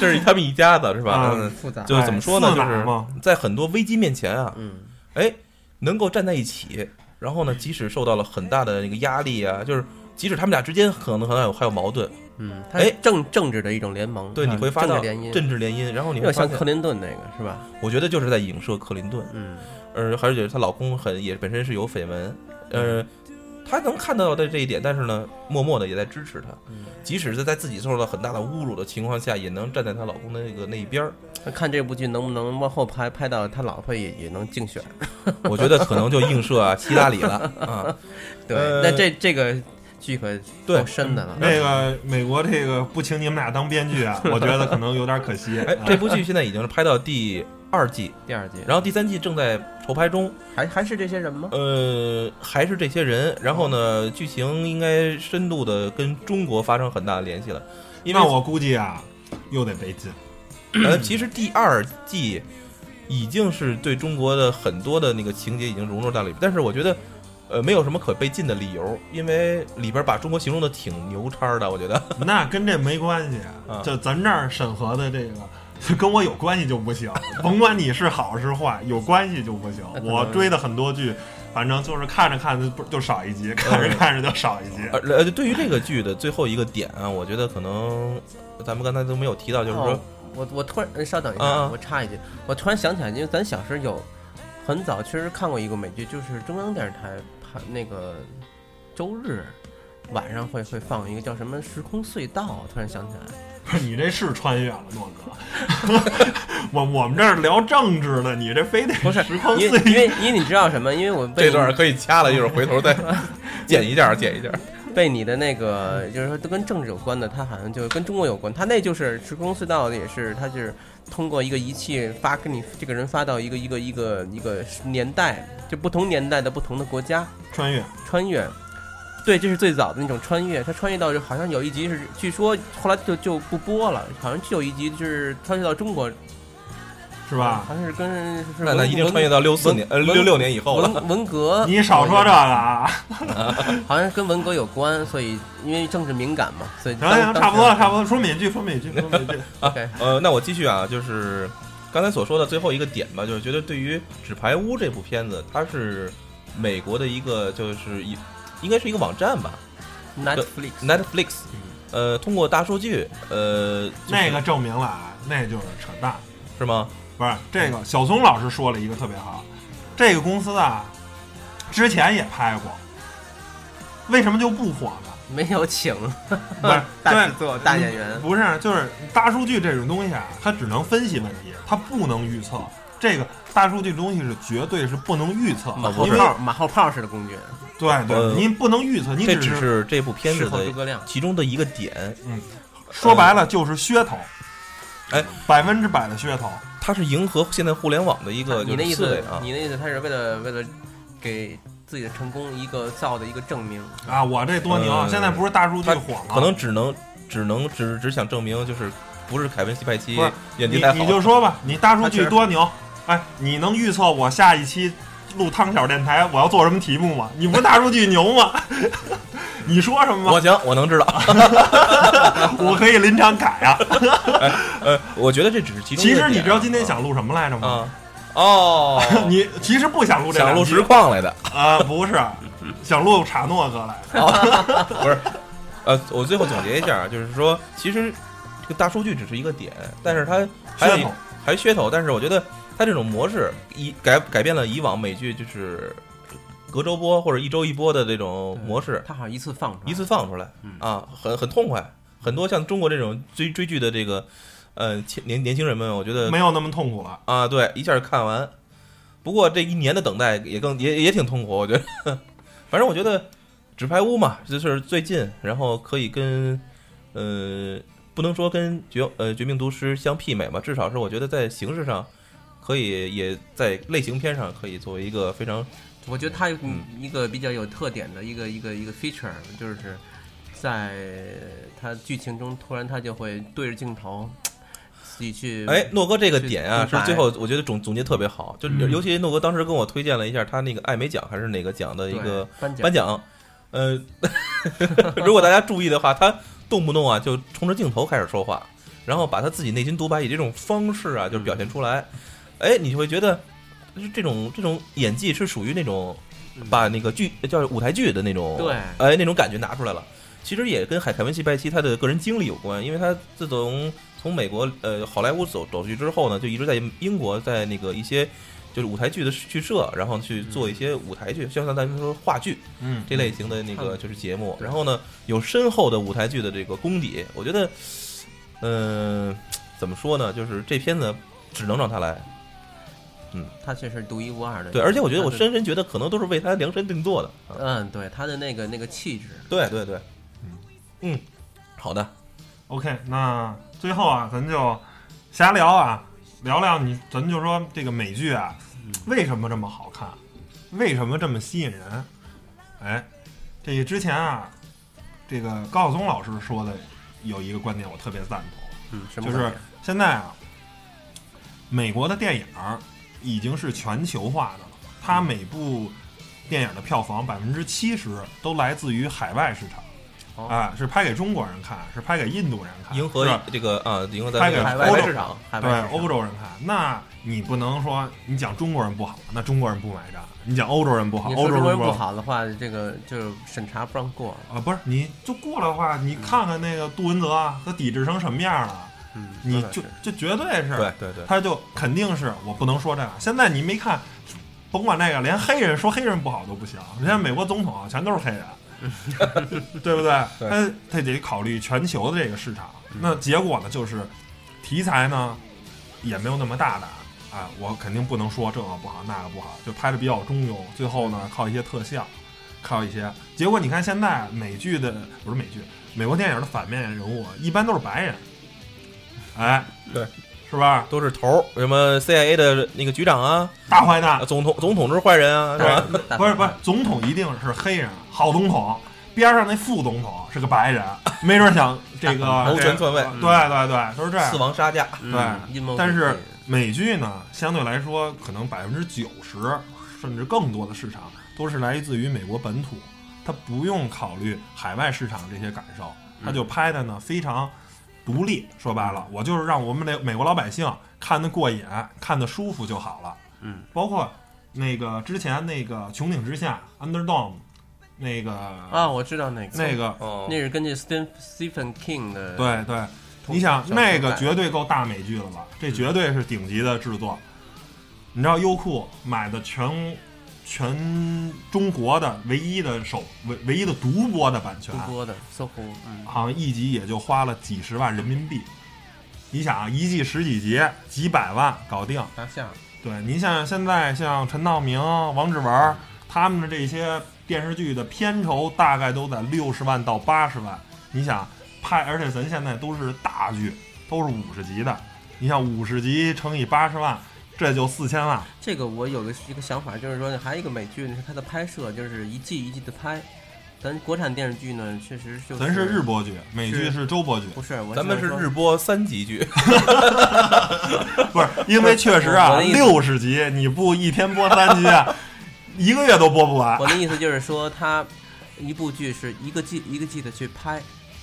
这是他们一家子是吧？嗯嗯复杂。就是怎么说呢，哎就四男嘛是在很多危机面前啊，嗯，哎，能够站在一起，然后呢，即使受到了很大的那个压力啊，就是即使他们俩之间可能可能有还有矛盾，嗯，它是哎政政治的一种联盟，对，你会发啊政到治联姻，政治联姻，然后你有会点发像克现，林顿那个是吧？我觉得就是在影射克林顿，嗯，而而且她老公很也本身是有绯闻，呃，她能看到的这一点，但是呢，默默的也在支持她，嗯即使是在自己受到很大的侮辱的情况下，也能站在她老公的那个那一边儿。那看这部剧能不能往后拍拍到他老婆也也能竞选？我觉得可能就映射啊希拉里了啊，对，呃那这这个剧可对嗯够深的了。那个美国这个不请你们俩当编剧啊，我觉得可能有点可惜。呃哎，这部剧现在已经是拍到第二季，第二季，然后第三季正在筹拍中，还还是这些人吗？呃，还是这些人，然后呢，剧情应该深度的跟中国发生很大的联系了，因为那我估计啊，又得被禁。呃，其实第二季已经是对中国的很多的那个情节已经融入到里边，但是我觉得。呃，没有什么可被禁的理由，因为里边把中国形容的挺牛叉的，我觉得。 那跟这没关系啊，嗯就咱这儿审核的这个， 跟我有关系就不 行，甭管你是好是坏，有关系就不行那。可能我追的很多剧，反正就是看着看着不就少一嗯集，看着看着就少一集。呃呃，对于这个剧的最后一个点啊，我觉得可能咱们刚才都没有提到，就是说哦，我我突然呃稍等一下，啊啊我插一句，我突然想起来，因为咱小时候有很早确实看过一个美剧，就是中央电视台拍那个周日晚上会会放一个叫什么《时空隧道》，突然想起来，你这是穿越了，诺哥。 我我们这儿聊政治呢，你这非得不是时空因为隧因为因为你知道什么？因为我被这段可以掐了，一会儿回头再剪一下，剪一下。被你的那个就是说都跟政治有关的，它好像就跟中国有关，它那就是时空隧道，也是它就是通过一个仪器发跟你这个人发到一个一个一个一个年代，就不同年代的不同的国家穿越，穿越。对，这是最早的那种穿越，它穿越到好像有一集是，据说后来就就不播了，好像就有一集就是穿越到中国是吧？好像是跟是那那文一定穿越到六四年，呃，文六六年以后了。文文 革，你少说这个啊！好像跟文革有关，所以因为政治敏感嘛，所以行行，当差不多了，差不当时多了，说美剧，说美剧，说 美剧。 OK，呃，那我继续啊，就是刚才所说的最后一个点吧，就是觉得对于《纸牌屋》这部片子，它是美国的一个就是一应该是一个网站吧 Netflix ，Netflix，呃，通过大数据，呃，就是嗯那个证明了啊，那就是扯淡。是吗？不是这个，小松老师说了一个特别好，这个公司啊，之前也拍过，为什么就不火呢？没有请不是 大对嗯制作大演员，不是，就是大数据这种东西啊，它只能分析问题，它不能预测。这个大数据这东西是绝对是不能预测，马后因为炮马后炮式的工具，对呃对，你不能预测，你这只只是是这部片事子后诸的葛亮。其中的一个点，说白了就是噱头，哎，百分之百的噱头。它是迎合现在互联网的一个你就的意是思维思啊，。你的意思，他是为了为了给自己的成功一个造的一个证明。啊，我这多牛！呃现在不是大数据他火吗？可能只能只能只只想证明就是不是凯文西派奇不是演技你太好，你就说吧，你大数他确据实多牛！哎，你能预测我下一期录汤小电台我要做什么题目吗？你不是大数据牛吗？ 你说什么我吗？行，我能知道。我可以临场改啊！呃，我觉得这只是其中一其实个点啊。你知道今天想录什么来着吗？，啊哦 你其实不想录这想录两集实况来的，啊、不是，想录查诺哥来的。不是？ 呃，我最后总结一下，啊就是说，其实这个大数据只是一个点，但是它还有噱一头，还噱头，但是我觉得它这种模式以改改变了以往美剧就是隔周播或者一周一播的这种模式，他好像一次放出来一次放出来嗯啊，很很痛快。很多像中国这种追追剧的这个呃青年年轻人们，我觉得没有那么痛苦了。啊，对，一下看完。不过这一年的等待也更也也挺痛苦，我觉得。反正我觉得《纸牌屋》嘛，就是最近，然后可以跟呃，不能说跟绝呃《绝命毒师》相媲美吧，至少是我觉得在形式上可以也在类型片上可以作为一个非常我觉得它有嗯一个比较有特点的一个一个一个 feature，就是在它剧情中突然它就会对着镜头自己去哎，诺哥这个点啊，去是最后我觉得总总结特别好，就嗯尤其诺哥当时跟我推荐了一下他那个艾美奖还是哪个奖的对一个颁奖颁奖，呃， 如果大家注意的话，他动不动啊就冲着镜头开始说话，然后把他自己内心独白以这种方式啊，就是表现出来。哎，你就会觉得就是这种这种演技是属于那种嗯把那个剧叫舞台剧的那种，对哎，那种感觉拿出来了。其实也跟海凯文·西拜奇他的个人经历有关，因为他自从从美国呃好莱坞走走去之后呢，就一直在英国在那个一些就是舞台剧的剧社，然后去嗯做一些舞台剧，像咱们说话剧，嗯，这类型的那个就是节目，对然后呢有深厚的舞台剧的这个功底，我觉得，嗯、怎么说呢，就是这片子只能让他来，它确实独一无二的。对，而且我觉得我它的深深觉得可能都是为他量身定做的，啊嗯，对它的那个那个气质，对对对嗯，嗯，好的， OK，那最后啊，咱就瞎聊啊，聊聊你，咱就说这个美剧啊，嗯为什么这么好看，为什么这么吸引人？哎，这之前啊，这个高晓松老师说的有一个观点，我特别赞同，嗯，什么就是感觉现在啊，美国的电影儿已经是全球化的了，它每部电影的票房百分之七十都来自于海外市场。哦啊，是拍给中国人看，是拍给印度人看，迎合是这个啊，迎合拍咱给这个海欧洲外市场，海对外市欧场。洲人看，那你不能说你讲中国人不好，那中国人不买账；你讲欧洲人不好，你欧说洲中国人不不。好的话，这个就是审查不让过。啊，不是，你就过来的话，你看看那个杜文泽啊，他抵制成什么样了，嗯，你说的就是就绝对是，对对对，他就肯定是我不能说这个。现在你 没看，甭管那个，连黑人说黑人不好都不行。人家美国总统啊全都是黑人，对不对？对他他得考虑全球的这个市场。那结果呢，就是题材呢也没有那么大胆。啊，我肯定不能说这个不好那个不好，就拍的比较中庸。最后呢，靠一些特效，靠一些结果。你看现在美剧的不是美剧，美国电影的反面人物啊一般都是白人，哎，对，是吧？都是头儿，什么 CIA 的那个局长啊，大坏蛋啊，总统总统是坏人啊，是吧？大不是不是，总统一定是黑人，好总统。边上那副总统是个白人，没准想这个 谋权篡位对对对，都是这啊样四。王杀价，嗯对阴谋诡计，但是美剧呢，相对来说，可能百分之九十甚至更多的市场都是来自于美国本土，它不用考虑海外市场这些感受，嗯它就拍的呢非常独立。说白了，我就是让我们的美国老百姓看得过瘾，看得舒服就好了。嗯，包括那个之前那个穹顶之下 （Underdome） 那个啊，我知道那个那个，哦那是根据 Stephen Stephen King 的对对，同你想小说那个改绝对够大美剧了吧？这绝对是顶级的制作。你知道优酷买的全全中国的唯一的首唯唯一的独播的版权的，播的搜狐，嗯，好像一集也就花了几十万人民币。你想啊，一季十几集，几百万搞定。拿下了对你像现在像陈道明、王志文他们的这些电视剧的片酬大概都在六十万到八十万。你想拍，而且咱现在都是大剧，都是五十集的。你像五十集乘以八十万，这就四千万。这个我有个一个想法，就是说还有一个美剧呢，是它的拍摄就是一季一季的拍，咱国产电视剧呢确实就是咱是日播剧，美剧是是周播剧，不是，我咱们是想说日播三级剧，不是因为确实啊我，的意思六十集你不一天播三集， 啊，一个月都播不完。我的意思就是说，它一部剧是一个季一个季的去拍，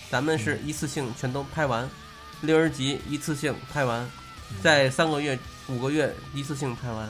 咱们是一次性全都拍完，六十集一次性拍完，在三个月、五个月一次性拍完。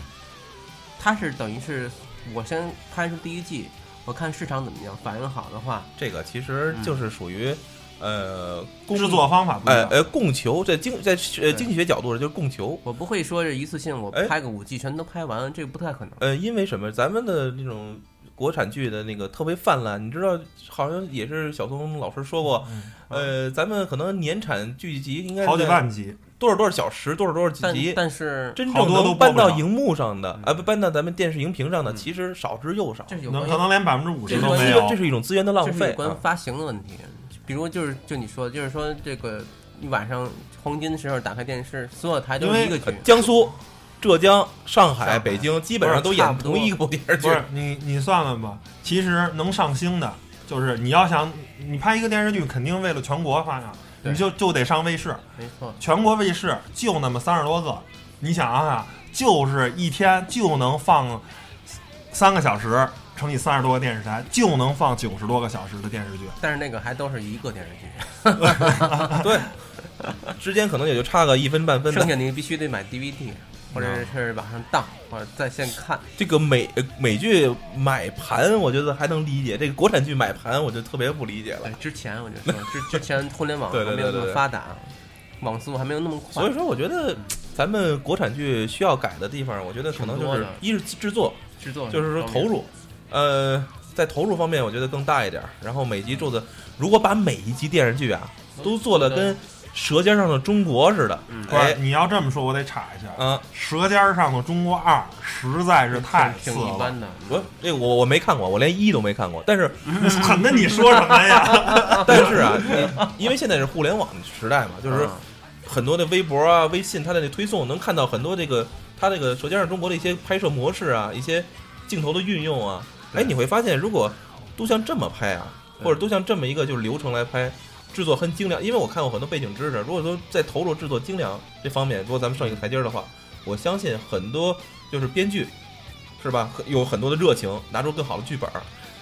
它是等于是我先拍出第一季，我看市场怎么样，反应好的话，这个其实就是属于呃供制作方法不一呃哎样，呃供求，在经在呃经济学角度上就是供求。我不会说是一次性我哎拍个五季全都拍完，这个不太可能。呃，因为什么？咱们的那种国产剧的那个特别泛滥，你知道，好像也是小松老师说过，呃，咱们可能年产剧集应该嗯好几在万集，多少多少小时，多少多少几但集，但是真好正多都能播搬不嗯了到荧幕上的，啊不搬到咱们电视荧屏上的，嗯其实少之又少。这是有能关可能嗯连百分之五十这都个没是有。这是一种资源的浪这是有费。啊关发行的问题，比如就是就你说的，就是说这个一晚上黄金时候打开电视，所有台都因为是一个剧呃，江苏、浙江、上上海、海北京基本上都差演不多同一部电视剧不。是你你算算吧，其实能上星的，就是你要想你拍一个电视剧，肯定为了全国发呀，对你就就得上卫视，没错，全国卫视就那么三十多个，你想想、啊，就是一天就能放三个小时，乘以三十多个电视台，就能放九十多个小时的电视剧。但是那个还都是一个电视剧，对，之间可能也就差个一分半分剩的。下你必须得买 DVD，或者是网上当，或者在线看。这个美呃美剧买盘，我觉得还能理解；这个国产剧买盘，我就特别不理解了对。，哎之前我就说，之之前互联网还对对没有那对对么对发达，网速还没有那么快所以，说，我觉得咱们国产剧需要改的地方，我觉得可能就挺多是的一是制作，制作就是说方投面入，呃，在投入方面我觉得更大一点儿。然后每集做的，如果把每一集电视剧啊都做的跟《舌尖上的中国》似的，嗯不是，哎，你要这么说，我得插一下，啊，舌尖上的中国二》实在是太次挺挺一 了。般的。我这个我我没看过，我连一都没看过。但是狠的，你说什么呀？但是啊，你因为现在是互联网时代嘛，就是啊很多的微博啊、微信，它的那推送能看到很多这个它这个《舌尖上的中国》的一些拍摄模式啊，一些镜头的运用啊。哎，你会发现，如果都像这么拍啊，对或者都像这么一个就是流程来拍，制作很精良。因为我看过很多背景知识，如果说在投入制作精良这方面，如果咱们上一个台阶儿的话，我相信很多就是编剧是吧，很有很多的热情，拿出更好的剧本儿。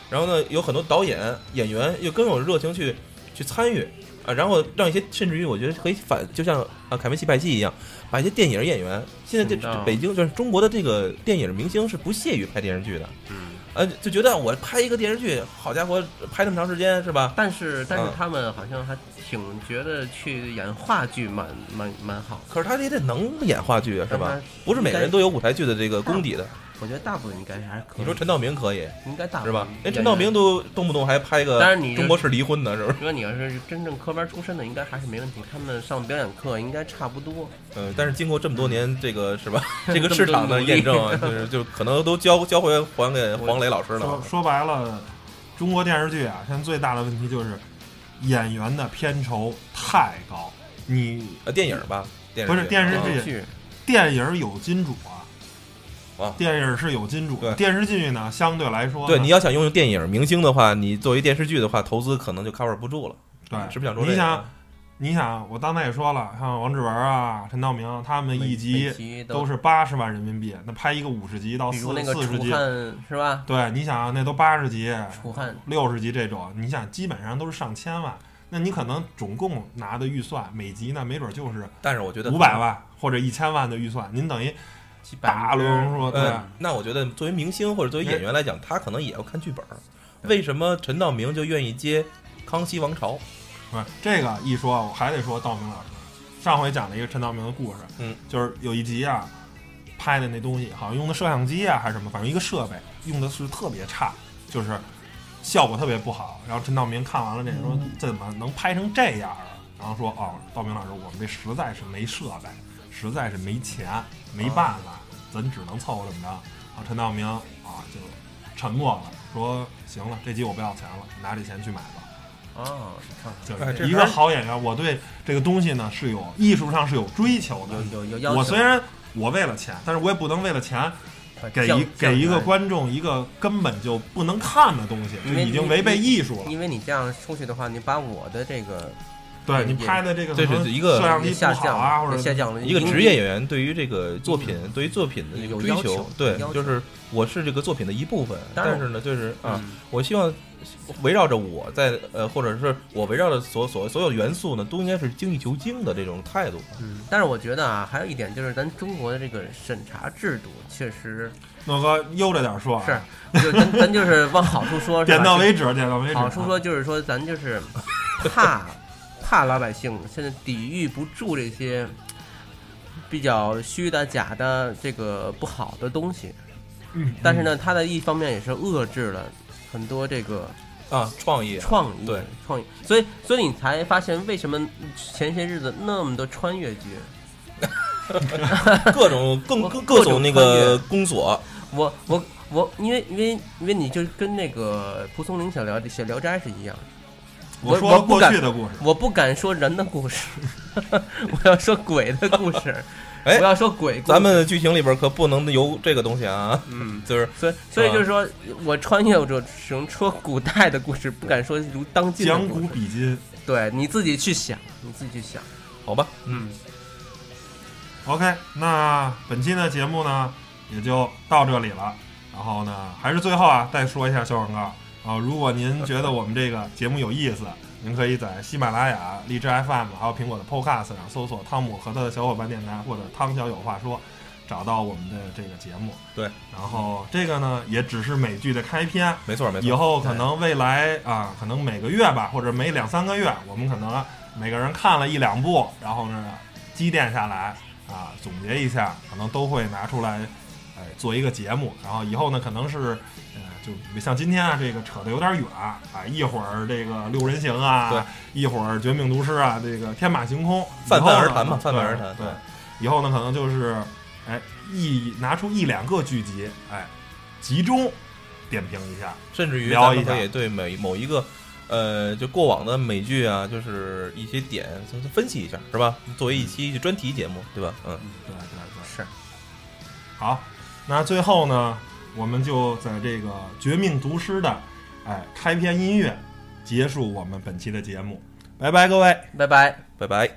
然后呢，有很多导演、演员又更有热情去去参与啊，然后让一些甚至于我觉得可以反，就像啊凯文·西派西一样，把一些电影演员，现在这是的这北京就是中国的这个电影明星是不屑于拍电视剧的，嗯，呃，就觉得我拍一个电视剧，好家伙，拍那么长时间是吧？但是但是嗯他们好像还挺觉得去演话剧蛮蛮蛮好。可是他也得能演话剧啊，是吧但他？不是每个人都有舞台剧的这个功底的，我觉得大部分应该还是可以。你说陈道明可以应该大部是分吧？应该哎，陈道明都动不动还拍个但是你中国式离婚呢，是不是？如果你要是真正科班出身的，应该还是没问题。他们上表演课应该差不多。嗯，但是经过这么多年，这 个是吧？这这么个多市场的努力验证啊，就是就可能都交交回还给黄磊老师说了。啊说白了，中国电视剧啊，现在最大的问题就是演员的片酬太高。你呃，电影吧，电不是电视啊剧剧电影有金主啊啊，电影是有金主对，电视剧呢相对来说呢，对，你要想用电影明星的话，你作为电视剧的话，投资可能就 cover 不住了。对是不是想说这个？啊你想，你想，我刚才也说了，像王志文啊、陈道明他们一集集都是，是八十万人民币，那拍一个五十集到比四如那个四十楚集，汉是吧？对，你想啊，那都八十集、楚汉六十集这种，你想基本上都是上千万，那你可能总共拿的预算每集呢，没准就是但是我觉得五百万或者一千万的预算，您等于几百大轮说哦对。啊呃，那我觉得作为明星或者作为演员来讲，他可能也要看剧本儿。为什么陈道明就愿意接《康熙王朝》？不是这个一说，我还得说道明老师。上回讲了一个陈道明的故事，嗯，就是有一集啊，拍的那东西好像用的摄像机啊还是什么，反正一个设备用的是特别差，就是效果特别不好。然后陈道明看完了这个说，这怎么能拍成这样啊？然后说哦，道明老师，我们这实在是没设备，实在是没钱，没办法，咱只能凑合这么着。然后陈道明啊就沉默了，说行了，这集我不要钱了，拿这钱去买吧。啊，你看就哎这是一个好演员，我对这个东西呢是有艺术上是有追求有的。有有要求。我虽然我为了钱，但是我也不能为了钱把给降一给一个，降观众一个根本就不能看的东西，就因为已经违背艺术下来了。因为你这样出去的话，你把我的这个对你你拍的这个这是可能一个摄像也机下不好降啊，了，或也下者降了。一个你职业演员对于这个作品，对于作品的这个嗯有追要求求，对有要，求就是我是这个作品的一部分。当然但是呢，就是啊，嗯我希望围绕着我在呃，或者是我围绕着所所所有元素呢，都应该是精益求精的这种态度。嗯，但是我觉得啊，还有一点就是咱中国的这个审查制度确实诺哥悠着点说啊，是，就咱咱就是往好处 说，是吧点到为止，点到为止。好处说就是说，咱就是怕怕老百姓现在抵御不住这些比较虚的、假的、这个不好的东西。嗯，但是呢，它的一方面也是遏制了很多这个啊，创意啊，创意，对创意。所以，所以你才发现为什么前些日子那么多穿越剧。各种更我各各各种种那穿个越宫锁，我我我，因为因为因为你就跟那个蒲松龄想聊写《聊斋》是一样的。我我说我不过敢去的故事，我不敢说人的故事， 我要说鬼的故事。 哎我要说鬼故事。咱们剧情里边可不能有这个东西啊，嗯，就是所以所以就是说我穿越者只能说古代的故事，不敢说如当今的讲故古事。比今。对，你自己去想，你自己去想。好吧，嗯， OK，那本期的节目呢也就到这里了。然后呢，还是最后啊，再说一下小广告啊。如果您觉得我们这个节目有意思，您可以在喜马拉雅、荔枝 FM 还有苹果的 Podcast 上搜索“汤姆和他的小伙伴电台”或者“汤小有话说”，找到我们的这个节目。对，然后这个呢也只是美剧的开篇，没错没错，以后可能未来啊，可能每个月吧，或者每两三个月，我们可能每个人看了一两部，然后呢积淀下来啊，总结一下，可能都会拿出来，哎，做一个节目。然后以后呢，可能是呃，就像今天啊，这个扯得有点远啊，一会儿这个六人行啊，对，一会儿绝命毒师啊，这个天马行空，泛以后呢泛而谈嘛对泛泛而谈对对，以后呢，可能就是哎一拿出一两个剧集，哎，集中点评一下。甚至于聊咱一们下可以对每某一个，呃，就过往的美剧啊，就是一些点咱们分析一下，是吧？作为一嗯期专题节目，对吧？嗯，对对对，是。好，那最后呢，我们就在这个《绝命毒师》的哎开篇音乐结束我们本期的节目，拜拜各位。拜拜。拜拜。